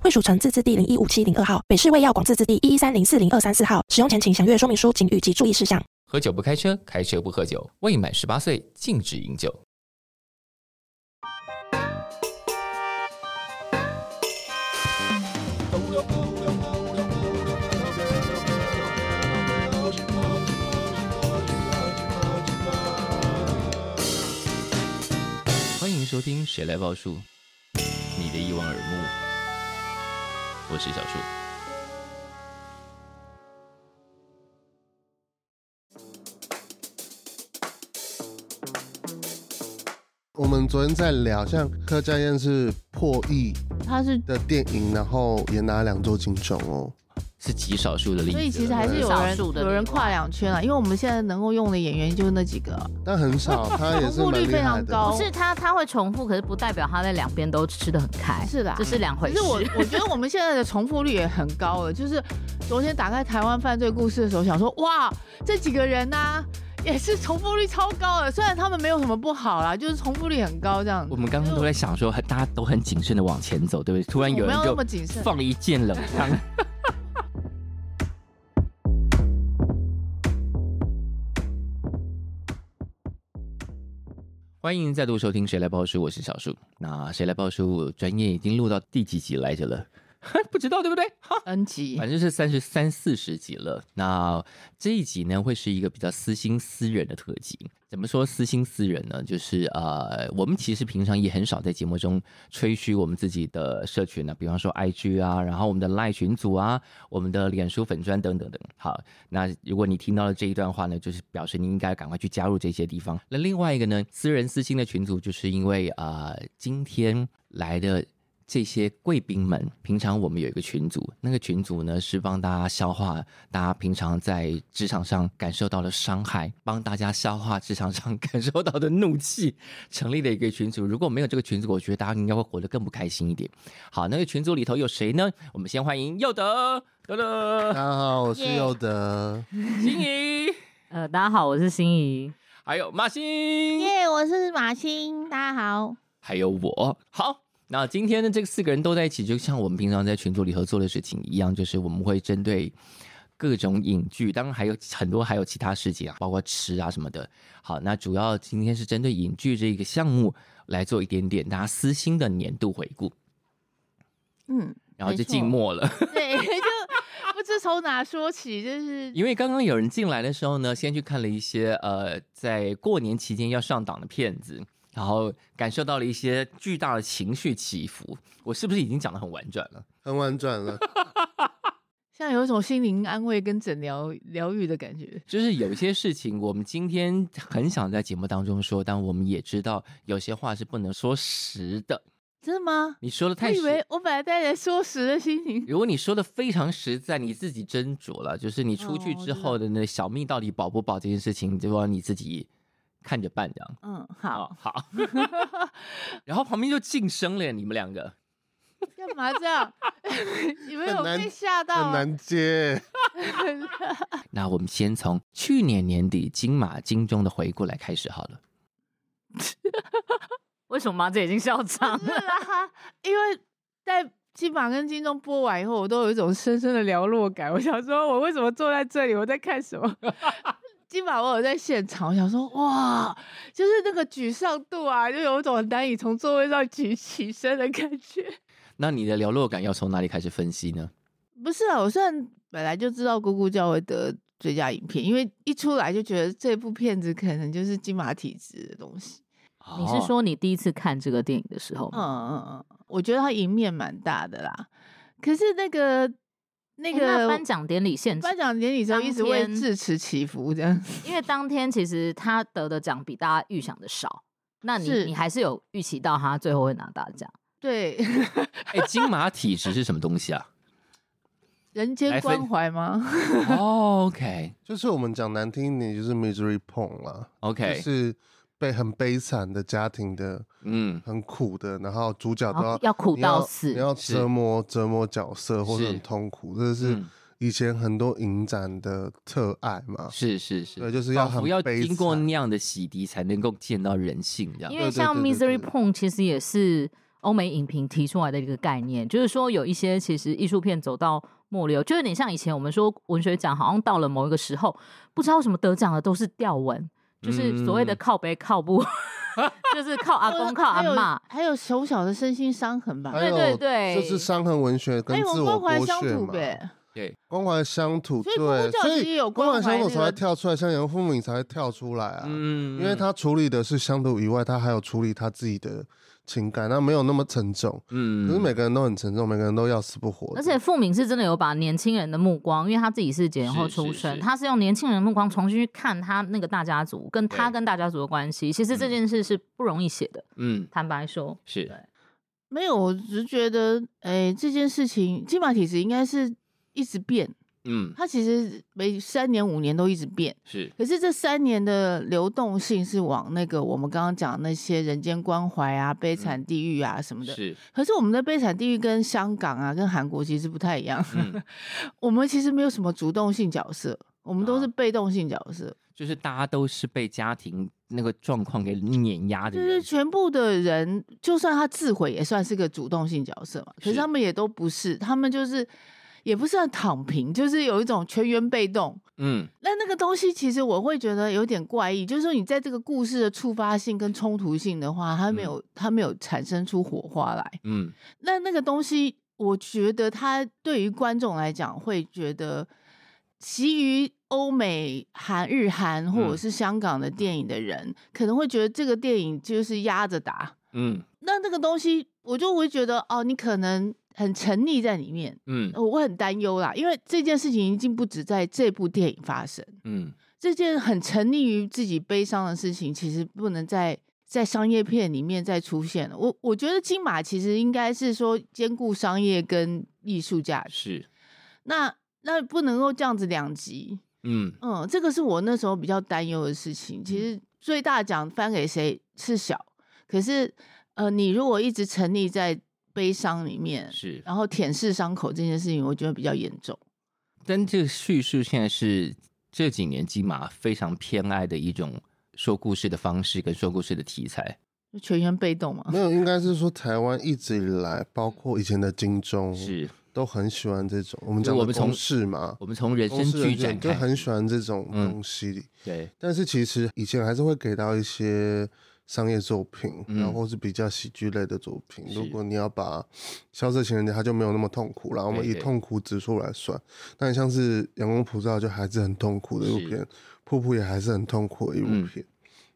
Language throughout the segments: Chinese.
惠蜀城自治地零一五七零二号，北市卫药广自治地一一三零四零二三四号。使用前请详阅说明书请及注意事项。喝酒不开车，开车不喝酒。未满十八岁禁止饮酒。欢迎收听《谁来报数》，你的一望而目，我是小树。我们昨天在聊，像柯佳燕是破亿他是，的电影，然后也拿两座金钟哦。是极少数的例子，所以其实还是有少人数的有人例外跨两圈了，啊因为我们现在能够用的演员就那几个。啊但很少，他也是蛮厉害重复率非常高的。不是他，他会重复，可是不代表他在两边都吃的很开，是啦这是两回可事。是我我觉得我们现在的重复率也很高了，就是昨天打开台湾犯罪故事的时候，想说哇，这几个人呐、也是重复率超高的，虽然他们没有什么不好啦，就是重复率很高这样子。我们刚刚都在想说，大家都很谨慎的往前走，对不对？突然有我没人有那就么谨慎放一箭冷枪。 欢迎再度收听《谁来报数》，我是小树。那《谁来报数》专业已经录到第几集来着了？ 不知道，对不对？ N 级反正是三十三四十集了。那这一集呢，会是一个比较私心私人的特辑。怎么说私心私人呢？就是呃，我们其实平常也很少在节目中吹嘘我们自己的社群呢、比方说 IG 啊，然后我们的 Line 群组啊，我们的脸书粉砖等等等。好，那如果你听到了这一段话呢，就是表示你应该赶快去加入这些地方。那另外一个呢，私人私心的群组，就是因为啊、呃今天来的这些贵宾们，平常我们有一个群组，那个群组呢是帮大家消化大家平常在职场上感受到的伤害，帮大家消化职场上感受到的怒气，成立的一个群组。如果没有这个群组，我觉得大家应该会活得更不开心一点。好，那个群组里头有谁呢？我们先欢迎佑德、德大 德、家好，我是佑德。心怡， 呃，大家好，我是心怡。还有马欣。耶、我是马欣，大家好。还有我。好，那今天呢，这四个人都在一起，就像我们平常在群组里合作的事情一样，就是我们会针对各种影剧，当然还有很多还有其他事情啊，包括吃啊什么的。好，那主要今天是针对影剧这个项目来做一点点大家私心的年度回顾，嗯，然后就没错静默了。对， 就不知从哪说起，就是因为刚刚有人进来的时候呢，先去看了一些呃，在过年期间要上档的片子，然后感受到了一些巨大的情绪起伏。我是不是已经讲的很婉转了？很婉转了，像有一种心灵安慰跟诊疗疗愈的感觉。就是有一些事情，我们今天很想在节目当中说，但我们也知道有些话是不能说实的。真的吗？你说的我太以为实，我本来带着说实的心情。如果你说的非常实在，你自己斟酌了。就是你出去哦我之知道后的那小命到底保不保这件事情，就让你自己看着办这样。嗯，哦好，，好。 然后旁边就晋升了，你们两个。干嘛这样？ 你们有很难被吓到很啊？ 难接。那我们先从去年年底金马金钟的回顾来开始好了。为什么麻姐已经 笑场是啦，因为在金马跟金钟播完以后，我都有一种深深的寥落感。我想说，我为什么坐在这里？我在看什么？ 金马我有在现场，我想说，哇，就是那个沮丧度啊，就有一种难以从座位上举起身的感觉。那你的寥落感要从哪里开始分析呢？ 不是啊，我虽然本来就知道《咕咕叫》会得最佳影片，因为一出来就觉得这部片子可能就是金马体质的东西。你是哦说你第一次看这个电影的时候嗯吗？嗯嗯，我觉得它赢面蛮大的啦。可是那个哎那诶个、颁奖典礼现场颁，奖典礼上一直为当天智齿祈福这样。因为当天其实他得的奖比大家预想的少，那你是你还是有预期到他最后会拿大奖， 对 哎、金马体质是什么东西啊？人来间分关怀吗？哦，OK，OK、就是我们讲难听一点，就是 misery porn 啦 o k OK，就是被很悲惨的家庭的，嗯，很苦的，然后主角都然后要要苦你要到死你要是折磨折磨角色，或者是很痛苦，这是嗯以前很多影展的特爱嘛。是是是，对就是要仿佛很要悲经过惨那样的洗涤，才能够见到人性这样因。对为对像对对对 misery porn 其实也是欧美影评提出来的一个概念，就是说有一些其实艺术片走到末流，就有点像以前我们说文学奖好像到了某一个时候，不知道为什么得奖的都是吊文，就是所谓的嗯靠北靠不， 就是靠阿 公靠阿妈。还有还有从小的身心伤痕啊吧。还有对对哎就是伤痕文学跟哎，我自们我关怀剥乡削土嘛，呗，关怀乡土，所以姑姑对，教所其实以有关怀关怀乡土那才会个跳出来，像杨富敏才会跳出来啊，嗯因为他处理的是乡土以外，他还有处理他自己的情感，那没有那么沉重，嗯可是每个人都很沉重，每个人都要死不活的，而且傅敏是真的有把年轻人的目光，因为他自己是九零后是出是身，是他是用年轻人的目光重新去看他那个大家族，跟他对跟大家族的关系。其实嗯这件事是不容易写的，嗯坦白说，是对没有，我只是觉得，哎，这件事情金马体质应该是一直变，嗯它其实每三年五年都一直变。是可是这三年的流动性是往那个我们刚刚讲那些人间关怀啊、悲惨地狱啊什么嗯的。是可是我们的悲惨地狱跟香港啊、跟韩国其实不太一样，嗯， 我们其实没有什么主动性角色，我们都啊是被动性角色。就是大家都是被家庭那个状况给碾压的就是人，全部的人，就算他自毁，也算是个主动性角色嘛。可是是他们也都不是，他们就是也不算躺平，就是有一种全员被动。嗯那那个东西，其实我会觉得有点怪异，就是说你在这个故事的触发性跟冲突性的话，它没有、它没有产生出火花来。嗯那那个东西，我觉得它对于观众来讲，会觉得其余欧美、韩、日韩或者嗯是香港的电影的人，可能会觉得这个电影就是压着打。嗯那那个东西，我就会觉得哦，你可能很沉溺在里面，嗯哦我会很担忧啦，因为这件事情已经不止在这部电影发生，嗯，这件很沉溺于自己悲伤的事情，其实不能在在商业片里面再出现了。我我觉得金马其实应该是说兼顾商业跟艺术价值，是那那不能够这样子两极，嗯嗯，这个是我那时候比较担忧的事情。其实最大奖颁给谁是小，可是呃，你如果一直沉溺在悲伤里嗯面，是，然后舔舐伤口这件事情，我觉得比较严重。但这个叙述现在是这几年金马非常偏爱的一种说故事的方式跟说故事的题材，就全员被动嘛，没有，应该是说台湾一直以来，包括以前的金钟，是都很喜欢这种。我们就讲我的们从公式嘛，我们从人啊公生式剧人生展就开很始喜欢这种嗯东西。对但是其实以前还是会给到一些商业作品，嗯然后或是比较喜剧类的作品。是如果你要把《消失的情人节》，它就没有那么痛苦了。我们对以对痛苦指数来算，但像是《阳光普照》就还是很痛苦的一部是片，《瀑布》也还是很痛苦的一部嗯片。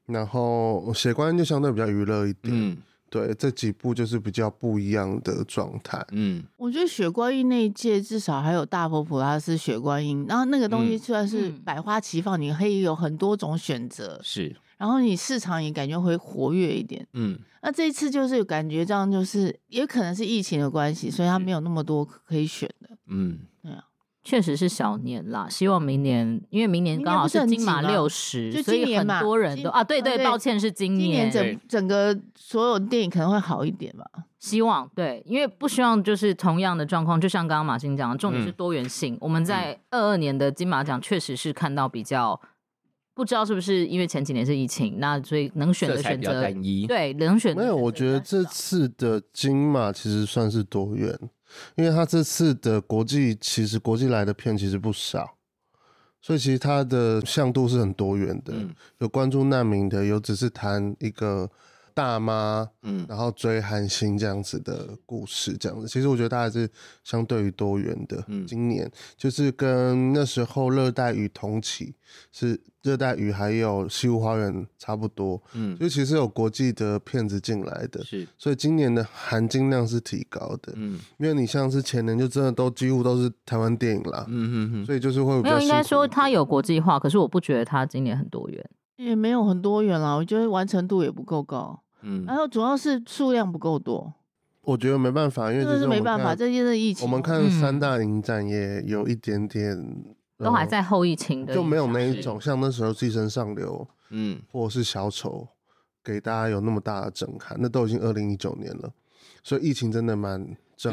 然后《血观音》就相对比较娱乐一点，嗯对，这几部就是比较不一样的状态。嗯我觉得雪观音那一届至少还有大佛普拉斯雪观音，然后那个东西嗯虽然是嗯百花齐放，你可以有很多种选择，是然后你市场也感觉会活跃一点。嗯那这一次就是有感觉这样，就是也可能是疫情的关系，所以它没有那么多可以选的。嗯确实是小年啦，希望明年，因为明年明年刚好不是是很金马紧吗六十，就所今以年很嘛多人今都啊，对啊对，对抱歉是嗯今今年这年，整整个所有电影可能会好一点吧。希望对，因为不希望就是同样的状况，就像刚刚马欣讲的，重点是嗯多元性。我们在二二年的金马奖确实是看到比较，不知道是不是因为前几年是疫情，那所以能选色的彩选比较择单一，嗯对能选的没有，选我择觉得比较这少次的金马其实算是多元，因为他这次的国际其实国际来的片其实不少，所以其实它的向度是很多元的，嗯有关注难民的，有只是谈一个大妈，嗯然后追韩星这样子的故事，这样子，其实我觉得它还是相对于多元的。嗯今年就是跟那时候热带雨同期，是热带雨还有西湖花园差不多，嗯就其实有国际的片子进来的，是所以今年的含金量是提高的。嗯因为你像是前年就真的都几乎都是台湾电影啦，嗯嗯嗯所以就是会比没较有，应辛该苦说一点它有国际化，可是我不觉得它今年很多元。也没有很多元啦，我觉得完成度也不够高，嗯然后主要是数量不够多。我觉得没办法，因为真就的是是我们没办法，看这件事疫情，我们看嗯三大影展也有一点点，都呃还在后疫情的影响，就没有那一是种像那时候《寄生上流嗯》或者是《小丑》给大家有那么大的震撼，那都已经二零一九年了，所以疫情真的蛮震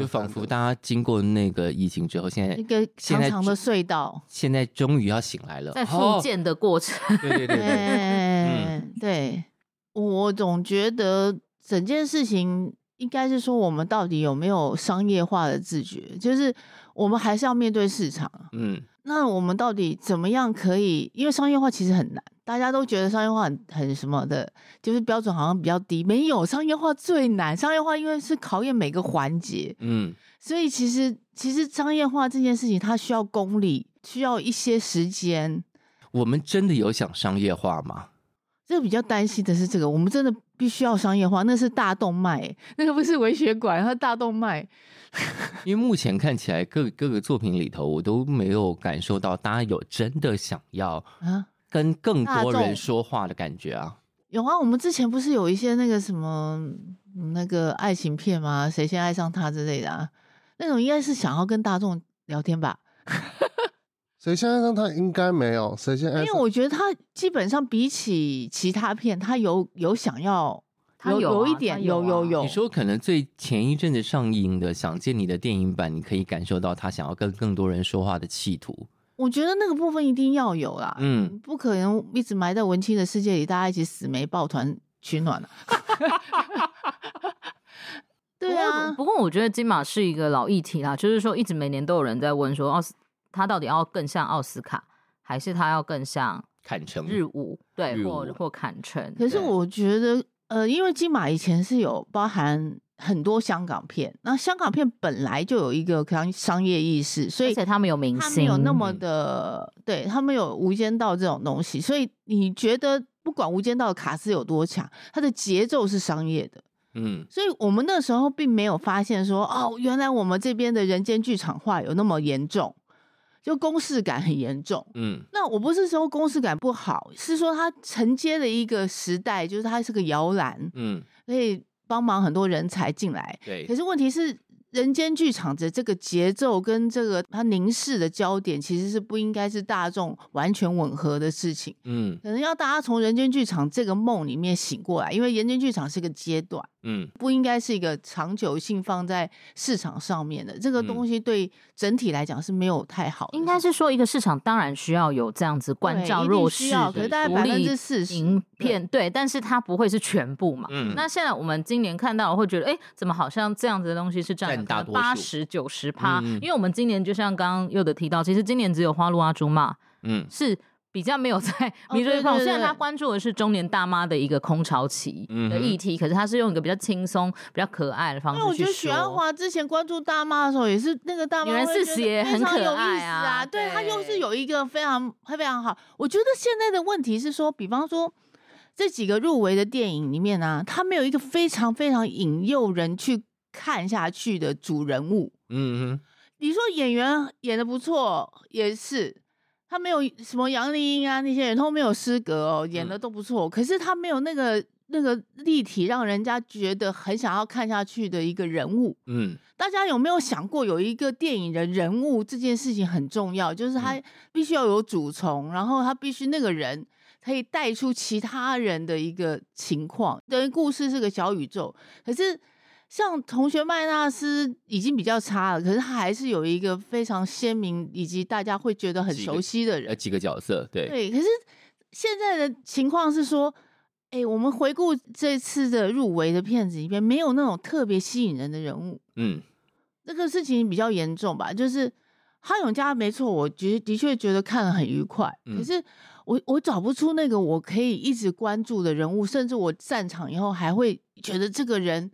就撼的。仿佛大家经过那个疫情之后，现一在个现长在长的隧道。现在终于要醒来了，在哦复，健的过程，对对对嗯对，哎，对，我总觉得整件事情应该是说，我们到底有没有商业化的自觉？就是我们还是要面对市场啊。嗯，那我们到底怎么样可以？因为商业化其实很难，大家都觉得商业化很很什么的，就是标准好像比较低。没有，商业化最难。商业化因为是考验每个环节，嗯，所以其实其实商业化这件事情，它需要功力，需要一些时间。我们真的有想商业化吗？这个比较担心的是这个，我们真的必须要商业化，那是大动脉、欸 那个不是微血管，它是大动脉。因为目前看起来各各个作品里头，我都没有感受到大家有真的想要啊跟更大多人众说话的感觉啊。有啊，我们之前不是有一些那个什么嗯那个爱情片吗？谁先爱上他之类的、啊，那种应该是想要跟大众聊天吧，谁先爱上他应该没有，谁先因爱为上我觉得他基本上比起其他片，他有有想要，他有有啊一他点有有啊有你说可能最前一阵子上映的《想见你》的电影版，你可以感受到他想要跟更多人说话的企图。我觉得那个部分一定要有啦，嗯，不可能一直埋在文青的世界里，大家一起死梅抱团取暖啊。对啊，不过我觉得金马是一个老议题啦，就是说一直每年都有人在问说奥斯他到底要更像奥斯卡，还是他要更像砍成日舞？对，日或舞或坎城？可是对我觉得，呃，因为金马以前是有包含很多香港片，那香港片本来就有一个商商业意识，所而以且他们有明他星，们有那么的，对他们有《无间道》这种东西，所以你觉得不管《无间道》的卡斯有多强，它的节奏是商业的，嗯，所以我们那时候并没有发现说，哦，原来我们这边的人间剧场化有那么严重，就公式感很严重。嗯那我不是说公式感不好，是说它承接了一个时代，就是它是个摇篮，嗯，可以帮忙很多人才进来。对可，是问题是，人间剧场的这个节奏跟这个它凝视的焦点，其实是不应该是大众完全吻合的事情。嗯可能要大家从人间剧场这个梦里面醒过来，因为人间剧场是个阶段，嗯不应该是一个长久性放在市场上面的。这个嗯东西对整体来讲是没有太好的事情。应该是说一个市场当然需要有这样子关对照一定弱需势要的可是大概独百分立之四十影片，对，但是它不会是全部嘛。嗯，那现在我们今年看到，会觉得，哎、怎么好像这样子的东西是占占大多数八十九十趴？嗯嗯因为我们今年就像刚刚又的提到，其实今年只有《花路阿朱嘛嗯》是比较没有在哦迷对追碰，对虽然对他关注的是中年大妈的一个空巢期嗯的哼议题，可是他是用一个比较轻松、比较可爱的方因式为我觉去说。得许鞍华之前关注大妈的时候，也是那个大妈女人会觉得40也非很常可有意爱思啊啊，对她又对是有一个非常非常好。我觉得现在的问题是说，比方说这几个入围的电影里面啊，它没有一个非常非常引诱人去看下去的主人物。嗯你说演员演的不错，也是。他没有什么杨丽英啊，那些人都没有失格哦，演的嗯都不错。可是他没有那个那个立体，让人家觉得很想要看下去的一个人物。嗯大家有没有想过，有一个电影的人物这件事情很重要，就是他必须要有主从，然后他必须那个人可以带出其他人的一个情况，等于故事是个小宇宙。可是像同学麦纳斯已经比较差了，可是他还是有一个非常鲜明以及大家会觉得很几个熟悉的嗯，呃，人。几个角色，对，对，可是现在的情况是说。哎、我们回顾这次的入围的片子里边，没有那种特别吸引人的人物，嗯这个事情比较严重吧，就是哈永家没错，我觉的确觉得看了很愉快，嗯可是我我找不出那个我可以一直关注的人物，甚至我散场以后还会觉得这个人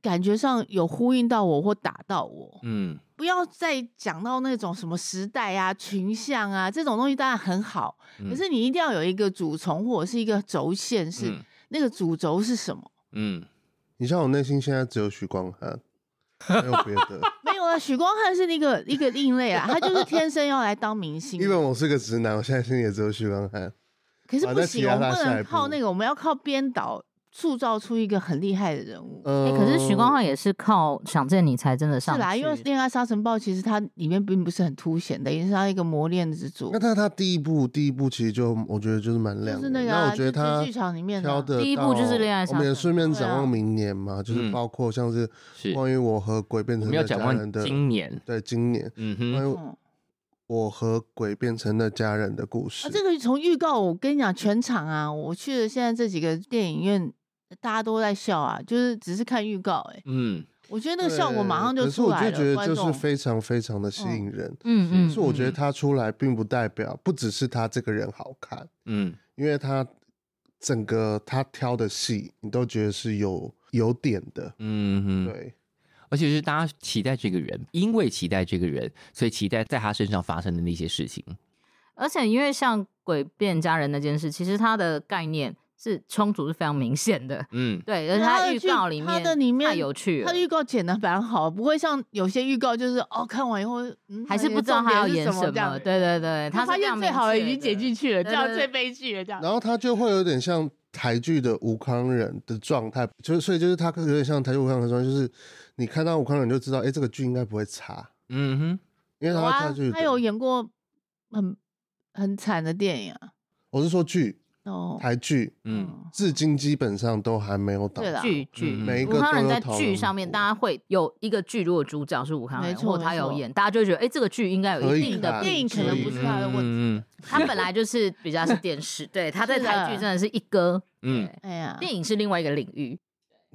感觉上有呼应到我或打到我。嗯不要再讲到那种什么时代啊、群像啊这种东西，当然很好，嗯可是你一定要有一个主从或者是一个轴线是，嗯那个主轴是什么？嗯你像我内心现在只有许光汉，没有别 的，没有啊，许光汉是一个一个另类啊，他就是天生要来当 明星的。啊因为我是个直男，我现在心里也只有许光汉。可是啊不那行，其他我们他不下一能靠步那个，我们要靠编导塑造出一个很厉害的人物。呃哎、可是许光汉也是靠《想见你》才真的上是啦，去因为《恋爱沙尘暴》其实它里面并不是很凸显的，也是他一个磨练之作那。他他第一部第一部其实就我觉得就是蛮亮就的，是那个、那我啊、觉得就他是剧场里面的啊挑的第一部就是恋爱我沙们也尘顺便对展啊望明年嘛，就是嗯包括像是是关于我和鬼变我成们要的展家人望的，今年，对今年嗯关哼，于嗯我和鬼变成的家人的故事啊，，这个从预告我跟你讲，全场啊，我去了现在这几个电影院，大家都在笑啊，就是只是看预告、哎，嗯，我觉得那个效果对马上可就是出我来就了，觉得观就是众非常非常的吸引人，嗯嗯，所以我觉得嗯他出来并不代表不只是他这个人好看，嗯，因为他整个他挑的戏，你都觉得是有有点的，嗯哼，对，而且是大家期待这个人，因为期待这个人，所以期待在他身上发生的那些事情。而且因为像诡辩家人那件事，其实它的概念是充足是非常明显的，嗯，对，而且它它的预剧告里面它的里面太有趣他了的。预告剪的蛮好，不会像有些预告就是哦，看完以后、嗯、还是不知道他要演什什么，这样对对对，他他是非常用最明好的确已经剪的进去了，对这样对最对悲剧了，这样。然后他就会有点像台剧的吴康仁的状态，就是所以就是他有点像台剧吴康仁的状态，就是你看到吴康仁就知道，哎，这个剧应该不会差，嗯哼，因为有他啊他就，他有演过很很惨的电影啊，我是说剧哦，台剧，嗯，至今基本上都还没有倒对啦剧剧。嗯每一武个康人都有在讨剧论上面，过大家会有一个剧，如果主角是武康没人，错或他没有错演，大家就会觉得，哎，这个剧应该有可一以定的看电影可所能以不是他的问题。嗯他本来就是比较是电视，对，他在是台的剧真的是一哥，嗯对哎呀，电影是另外一个领域。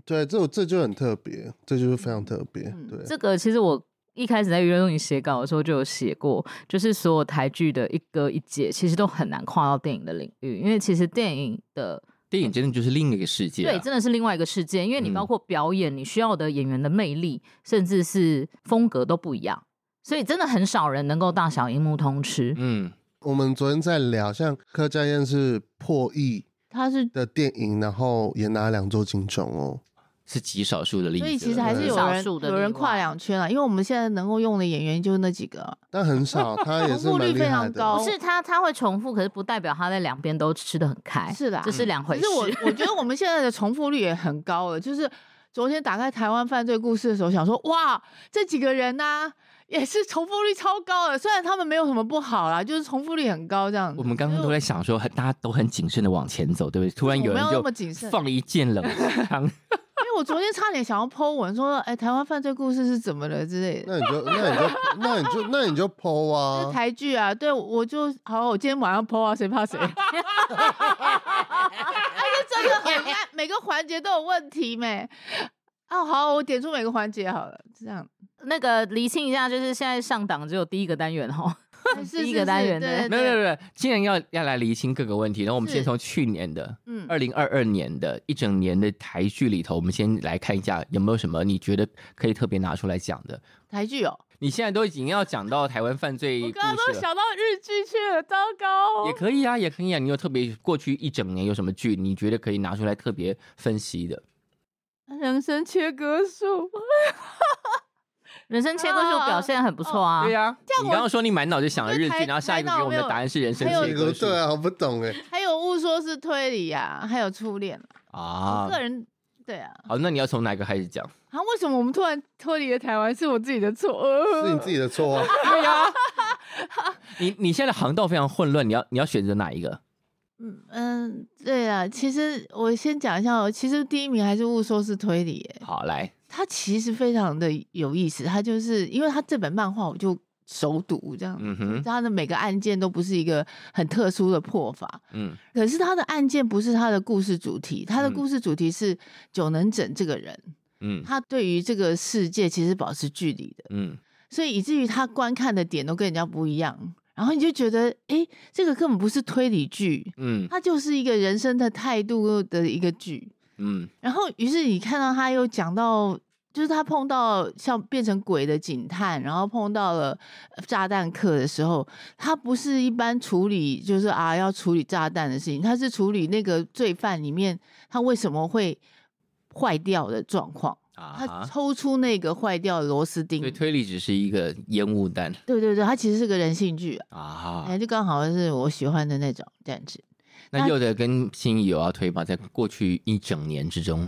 对，这这就很特别，这就是非常特别，嗯对，这个其实我一开始在娱乐中心写稿的时候就有写过，就是所有台剧的一哥一姐其实都很难跨到电影的领域，因为其实电影的电影真的就是另一个世界、啊。对，真的是另外一个世界，因为你嗯包括表演，你需要的演员的魅力，甚至是风格都不一样，所以真的很少人能够大小荧幕通吃。嗯我们昨天在聊，像柯佳燕是破亿他是的电影，然后也拿两座金钟哦。是极少数的例子。所以其实还是对有少人数的有例人跨外两圈啊了，因为我们现在能够用的演员就那几个啊，但很少，他也是重复率蛮厉非害常的高。 不是他，他会重复，可是不代表他在两边都吃的很开，是啦这是嗯两可回是事。 我我觉得我们现在的重复率也很高了，就是昨天打开台湾犯罪故事的时候，想说哇，这几个人呐、也是重复率超高的，虽然他们没有什么不好啦，就是重复率很高这样子。我们刚刚所以都在想说，大家都很谨慎的往前走，对不对？突然有我们人要那么谨就慎放一箭冷 枪，因为我昨天差点想要 Po 文说，哎、台湾犯罪故事是怎么了之类那的。你就那你就那你就那你就剖就是啊，台剧啊，对我就好，我今天晚上 PO 啊，谁怕谁？而 且真的很烂，每个环节都有问题没？哦，好，我点出每个环节好了，这样。那个厘清一下，就是现在上档只有第一个单元哦， 哎是第一是个单是元对的没对有没有对没有，既然要要来厘清各个问题，然后我们是先从去年的嗯二零二二年的一整年的台剧里头，我们先来看一下有没有什么你觉得可以特别拿出来讲的。台剧哦，你现在都已经要讲到台湾犯罪我故刚刚都事了，啊想到日剧去了，糟糕、也哦。可以啊，也可以啊。你有特别过去一整年有什么剧，你觉得可以拿出来特别分析的？人生切割术，人生切割术表现很不错哦啊。对呀、你刚刚说你满脑就想了日我剧，觉得台然后下一个台给脑我们的答案是人生没有切这个割术对啊，我不懂哎， 还有误说是推理呀、还有初恋、啊，啊我个。人对啊。好，那你要从哪个开始讲？啊，为什么我们突然脱离了台湾？是我自己的错， 呃是你自己的错啊。 对呀、你你现在的航道非常混乱，你要你要选择哪一个？嗯嗯，对啊，其实我先讲一下哦，其实第一名还是误说是推理耶，好，来，它其实非常的有意思，它就是因为它这本漫画我就熟读这样，嗯哼，它的每个案件都不是一个很特殊的破法， 嗯可是它的案件不是它的故事主题，它的嗯故事主题是久能整这个人，嗯他对于这个世界其实保持距离的。嗯所以以至于他观看的点都跟人家不一样，然后你就觉得，哎、这个根本不是推理剧，嗯它就是一个人生的态度的一个剧。嗯然后，于是你看到他又讲到，就是他碰到像变成鬼的警探，然后碰到了呃炸弹客的时候，他不是一般处理，就是啊要处理炸弹的事情，他是处理那个罪犯里面他为什么会坏掉的状况，他啊，抽出那个坏掉的螺丝钉所以。推理只是一个烟雾弹对对对，它其实是个人性剧、啊，啊哎、，就刚好是我喜欢的那种这样子。那又得跟心仪有要推吧，在过去一整年之中，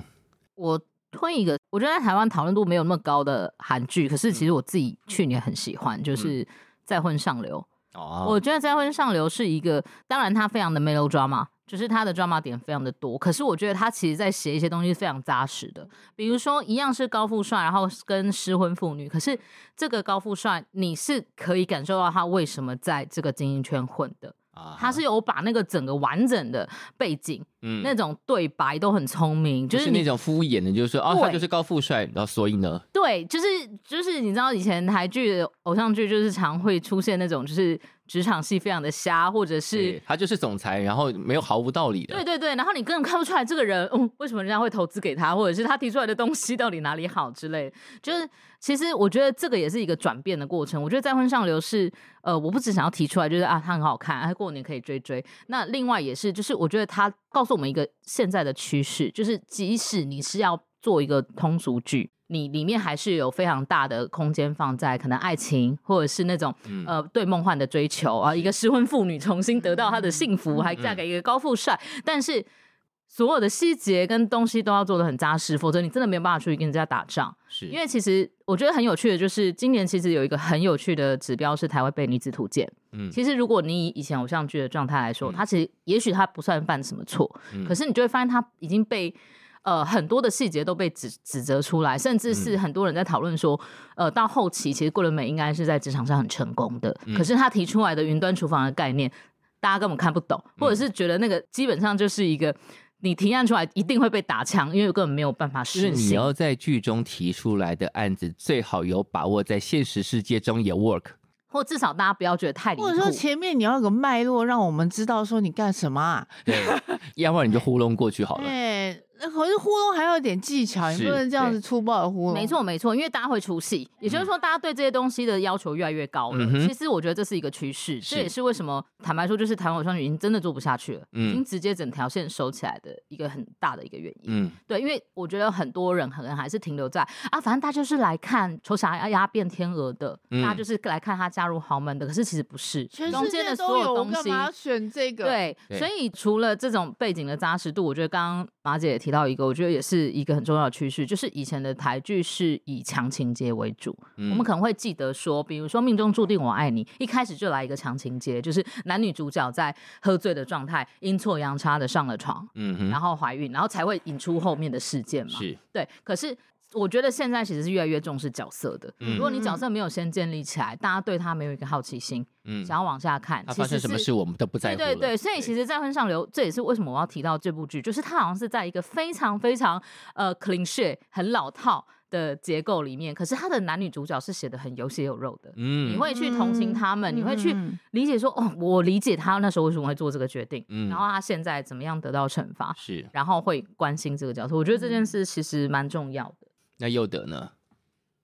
我推一个，我觉得在台湾讨论度没有那么高的韩剧，可是嗯其实我自己去年很喜欢，就是《再婚上流》。哦我觉得《再婚上流》是一个，当然它非常的 melodrama，就是它的 drama 点非常的多。可是我觉得它其实在写一些东西是非常扎实的，比如说一样是高富帅，然后跟失婚妇女，可是这个高富帅你是可以感受到他为什么在这个精英圈混的，啊他是有把那个整个完整的背景、嗯那种对白都很聪明，就就是是你那种敷衍的，就是说哦，他对就是高富帅，然后所以呢，对，就是就是，你知道以前台剧、偶像剧就是常会出现那种，就是职场戏非常的瞎，或者是对哎他就是总裁，然后没有毫无道理的，对对对，然后你根本看不出来这个人， 嗯，为什么人家会投资给他，或者是他提出来的东西到底哪里好之类的。就是其实我觉得这个也是一个转变的过程。我觉得再婚上流是，呃，我不只想要提出来，就是啊，他很好看，啊，过年可以追追。那另外也是，就是我觉得他告诉我们一个现在的趋势，就是即使你是要做一个通俗剧。你里面还是有非常大的空间放在可能爱情，或者是那种、嗯呃对梦幻的追求啊，一个失婚妇女重新得到她的幸福，还嫁给一个高富帅，但是所有的细节跟东西都要做的很扎实，否则你真的没有办法出去跟人家打仗。是因为其实我觉得很有趣的就是，今年其实有一个很有趣的指标是台湾被女子图鉴。嗯其实如果你以以前偶像剧的状态来说，嗯它其实也许它不算犯什么错，嗯可是你就会发现它已经被。呃，很多的细节都被指指责出来，甚至是嗯很多人在讨论说，呃，到后期其实桂纶镁应该是在职场上很成功的，嗯可是他提出来的云端厨房的概念，大家根本看不懂，或嗯者是觉得那个基本上就是一个你提案出来一定会被打枪，因为根本没有办法实就是行。你要在剧中提出来的案子，最好有把握在现实世界中也 work。 或至少大家不要觉得太离谱。或者说前面你要有个脉络，让我们知道说你干什么啊？对， 要不然你就糊弄过去好了。哎，那可是糊弄还要有点技巧，你是不能这样对子粗暴的糊弄。没错，没错，因为大家会出戏，也就是说，大家对这些东西的要求越来越高了。嗯哼其实我觉得这是一个趋势，是这也是为什么坦白说，就是台湾偶像剧已经真的做不下去了，嗯已经直接整条线收起来的一个很大的一个原因。嗯，对，因为我觉得很多人可能还是停留在啊，反正他就是来看丑小鸭变天鹅的，嗯大家就是来看他嫁入豪门的，可是其实不是，全中世间界的都所有，我东干西嘛要选这个？，对，对所以除了这种背景的扎实度，我觉得刚刚马姐也提到一个，我觉得也是一个很重要的趋势，就是以前的台剧是以强情节为主，嗯我们可能会记得说，比如说《命中注定我爱你》，一开始就来一个强情节，就是男女主角在喝醉的状态，阴错阳差的上了床，嗯哼，然后怀孕，然后才会引出后面的事件嘛。是对，可是。我觉得现在其实是越来越重视角色的。嗯如果你角色没有先建立起来，大家对他没有一个好奇心，嗯，想要往下看，他其发实生什么是事我们都不在对乎对了对，所以其实《再婚上流》这也是为什么我要提到这部剧，就是它好像是在一个非常非常呃 clean shit 很老套的结构里面，可是它的男女主角是写的很有血有肉的。嗯，你会去同情他们，你会去嗯理解说，哦，我理解他那时候为什么会做这个决定，嗯然后他现在怎么样得到惩罚，是然后会关心这个角色。我觉得这件嗯事其实蛮重要的。那又得呢？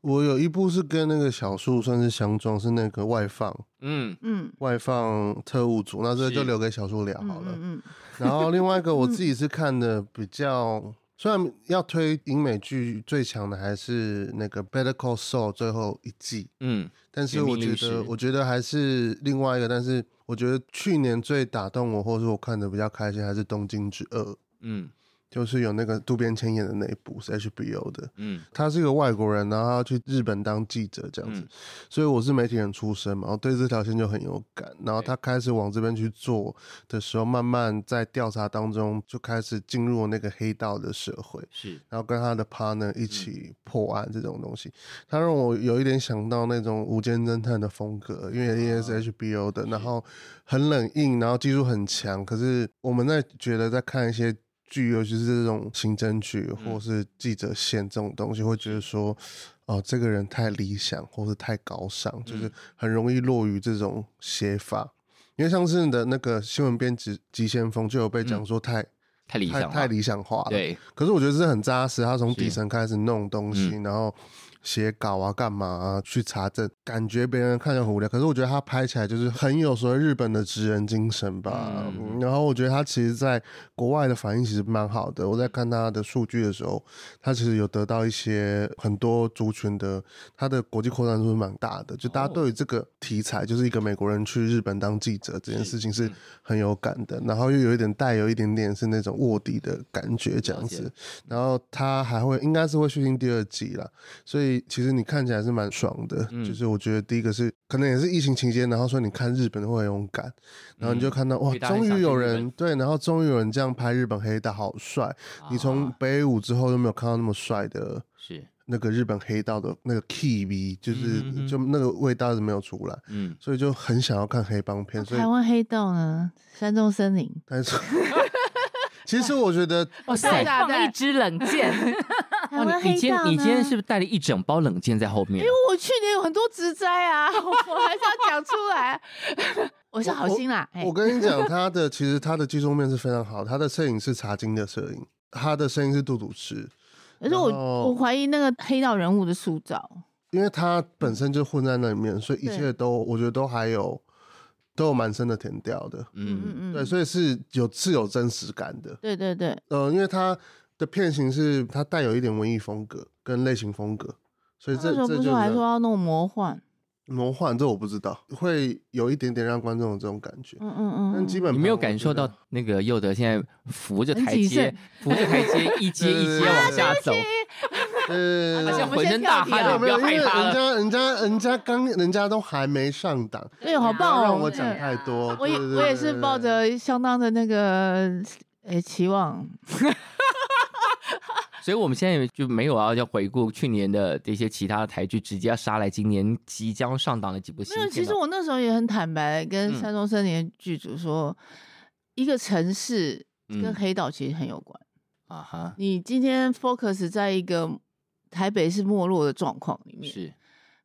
我有一部是跟那个小树算是相撞，是那个外放嗯嗯，外放特务组，那这个是就留给小树聊好了。嗯嗯然后另外一个我嗯自己是看的比较，虽然要推英美剧最强的还是那个《Better Call Saul》最后一季，嗯但是绝命我觉律师得我觉得还是另外一个，但是我觉得去年最打动我，或是我看的比较开心，还是《东京之二》，嗯就是有那个渡边谦演的那一部是 HBO 的，嗯他是一个外国人，然后他要去日本当记者这样子，嗯所以我是媒体人出身嘛，我对这条线就很有感。然后他开始往这边去做的时候，慢慢在调查当中就开始进入那个黑道的社会，是然后跟他的 partner 嗯一起破案这种东西，他让我有一点想到那种《无间侦探》的风格，因啊为也是 HBO 的，然后很冷硬，然后技术很强，可是我们在觉得在看一些。剧，尤其是这种刑侦剧嗯或是记者线这种东西，会觉得说，哦、这个人太理想或是太高尚，就是嗯很容易落于这种写法。因为上次的那个新闻编辑《急先锋》就有被讲说太、太嗯理想太了，太理想化了，对可是我觉得是很扎实，他从是底层开始弄东西嗯，然后写稿啊、干嘛啊去查证，感觉别人看着很无聊，可是我觉得他拍起来就是很有所谓日本的职人精神吧。嗯嗯然后我觉得他其实在国外的反应其实蛮好的，我在看他的数据的时候，他其实有得到一些很多族群的，他的国际扩散度是蛮大的，就大家哦对于这个题材，就是一个美国人去日本当记者这件是事情是嗯很有感的，然后又有一点带有一点点是那种卧底的感觉这样了子解，然后他还会应该是会续订第二季啦，所以其实你看起来是蛮爽的，嗯就是我觉得第一个是可能也是疫情期间，然后所以你看日本会很勇敢，然后你就看到、因哇为，大家很终想于有去日人本对，然后终于有人这样拍日本黑道，好帅！你从啊北舞之后都没有看到那么帅的是那个日本黑道的那个 key V，就是、嗯哼哼就那个味道是没有出来，嗯，所以就很想要看黑帮片，所以嗯台湾黑道呢，山中森林，但是 其实我觉得哇对啊放了一支冷箭，台哇湾哦你你啊黑今道天呢？你今天是不是带了一整包冷箭在后面啊？我去年有很多职灾啊， 我我还是要讲出来。 我是好心啦，哎嘿我跟你讲，他的其实他的技术面是非常好，他的摄影是茶金的摄影，他的声音是杜笃之，可是然后我我怀疑那个黑道人物的塑造，因为他本身就混在那里面，所以一对切都我觉得都还有都有蛮深的甜调的，嗯嗯，嗯嗯，对，所以是有是有真实感的。对对对，呃，因为它的片型是它带有一点文艺风格跟类型风格，所以那这时候这不就是还说要弄魔幻，魔幻，这我不知道，会有一点点让观众有这种感觉。嗯嗯嗯，但基本你没有盘我感觉受得到那个佑德现在扶着很台谨阶慎，扶着台阶一阶一阶往下走，呃，而且我们浑先身跳大题汗没了，有不没要有，因害为人怕了。家人家人家刚人家都还没上档，对，好不要棒让哦！我对讲太多。我也对对我也对是对抱对着相当的那个诶、期望，所以我们现在就没有要要回顾去年的这些其他的台剧，直接要杀来今年即将上档的几部新没有，片。其实我那时候也很坦白，跟嗯山中森林的剧组说，一个城市跟黑道其实很有关。啊哈你今天 focus 在一个台北是没落的状况里面，是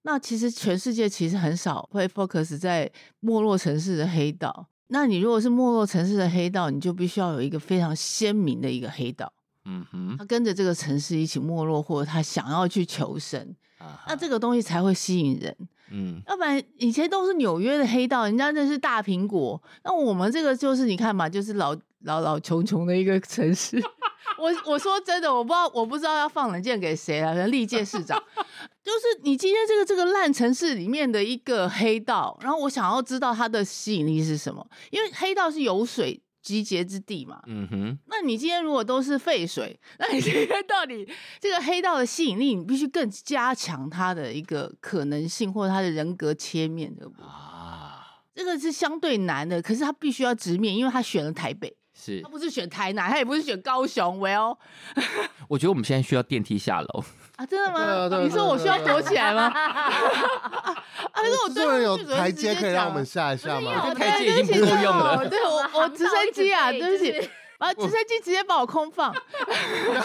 那其实全世界其实很少会 focus 在没落城市的黑道。那你如果是没落城市的黑道，你就必须要有一个非常鲜明的一个黑道，嗯哼他跟着这个城市一起没落，或者他想要去求生，啊哈那这个东西才会吸引人。嗯要不然以前都是纽约的黑道，人家那是大苹果，那我们这个就是你看嘛，就是老老老穷穷的一个城市。 我我说真的，我不知道我不知道要放冷箭给谁啊了，可能历届市长，就是你今天这个这个烂城市里面的一个黑道，然后我想要知道它的吸引力是什么，因为黑道是有水集结之地嘛，嗯哼那你今天如果都是废水，那你今天到底这个黑道的吸引力，你必须更加强他的一个可能性，或者他的人格切面的。啊这个是相对难的，可是他必须要直面，因为他选了台北，是他，不是选台南，他也不是选高雄。喂哦，我觉得我们现在需要电梯下 楼。啊，真的对啊对啊吗？你说我需要对啊对啊躲起来吗？啊，可是我制对作人有面剧组就台直接阶可以讲让我们了下一下因为吗我？这哦对台阶已对不经起 不对够用哦了 对我我直升机啊，对 不起，啊，直升机直接把我空放。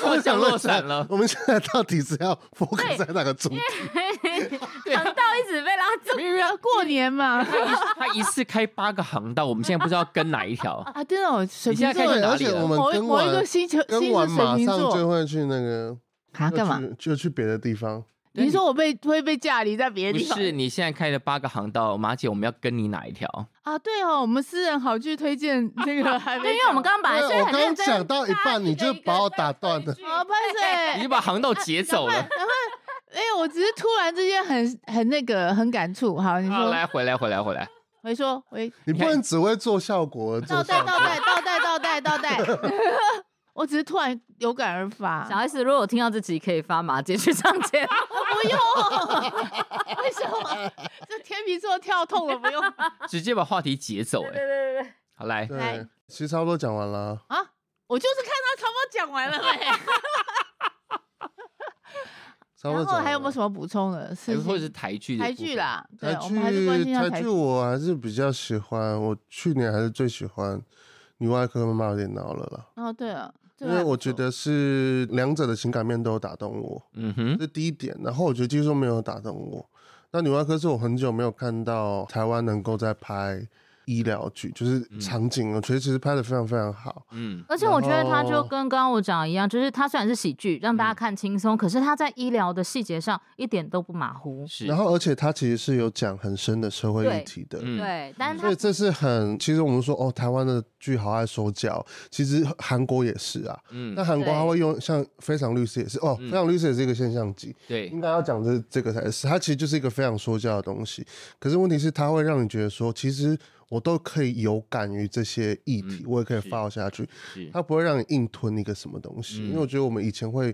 我想落伞了我们现在到底是要 focus 在哪个主题？航道一直被拉走。没有没有，过 年嘛。他一次开八个航道，我们现在不知道跟哪一 条。啊，真的哦，水你现瓶在开始座对，哪而里且了我们某一跟某一完个星球星跟座完水马瓶上就座会去那个啊，就干嘛？去就去别的地方。对你说我被 会被架离在别不的地方？是，你现在开了八个航道，马姐，我们要跟你哪一条？ 啊，对哦，我们私人好剧推荐那 个还没对，因为我们刚刚本来对是我很刚认真讲到一半你就把我打断了哦 啊，不好你意就思，把航道截走了。哎，我只是突然之间很很那个很感触。好，你好，说来，回来，回来，回来。回说回你不看能只会做效果而做倒带效果倒带倒带倒带倒带， 我只是突然有感而发小。S 如果我听到这集，可以发马 姐去上节目。不用， 为什么？ 这天秤座跳痛了，不用 直接把话题截走、哎，对对对，好来，对来，其实差不多讲完了。啊！我就是看他差不多讲完了没。差不多讲然后完还有没有了什么补充的？还是是哎或者是台剧的台部分剧，啦，对台，我们还是关心剧，一下台剧剧。我还是比较喜欢，我去年还是最喜欢《女外科妈妈有点闹了》啦，哦，对了，这因个为还不我觉错得是两者的情感面都有打动我，嗯哼，这第一点。然后我觉得技术没有打动我，那《女外科》是我很久没有看到台湾能够在拍医疗剧，就是场景，我觉得其实拍的非常非常好。嗯，而且我觉得他就然后嗯跟刚刚我讲的一样，就是他虽然是喜剧，让大家看轻松，可是他在医疗的细节上一点都不马虎。是，然后，而且它其实是有讲很深的社会对议题的，嗯对，但是所以他这是很，其实我们说哦，台湾的剧好爱说教，其实韩国也是啊。嗯那，韩国他对会用像《非常律师》也是哦，嗯非常律师》也是一个现象级，对应，该要讲这这个才是。它其实就是一个非常说教的东西，可是问题是它会让你觉得说，其实我都可以有感于这些议题，嗯我也可以是 follow 下去。是，它不会让你硬吞一个什么东西，嗯因为我觉得我们以前会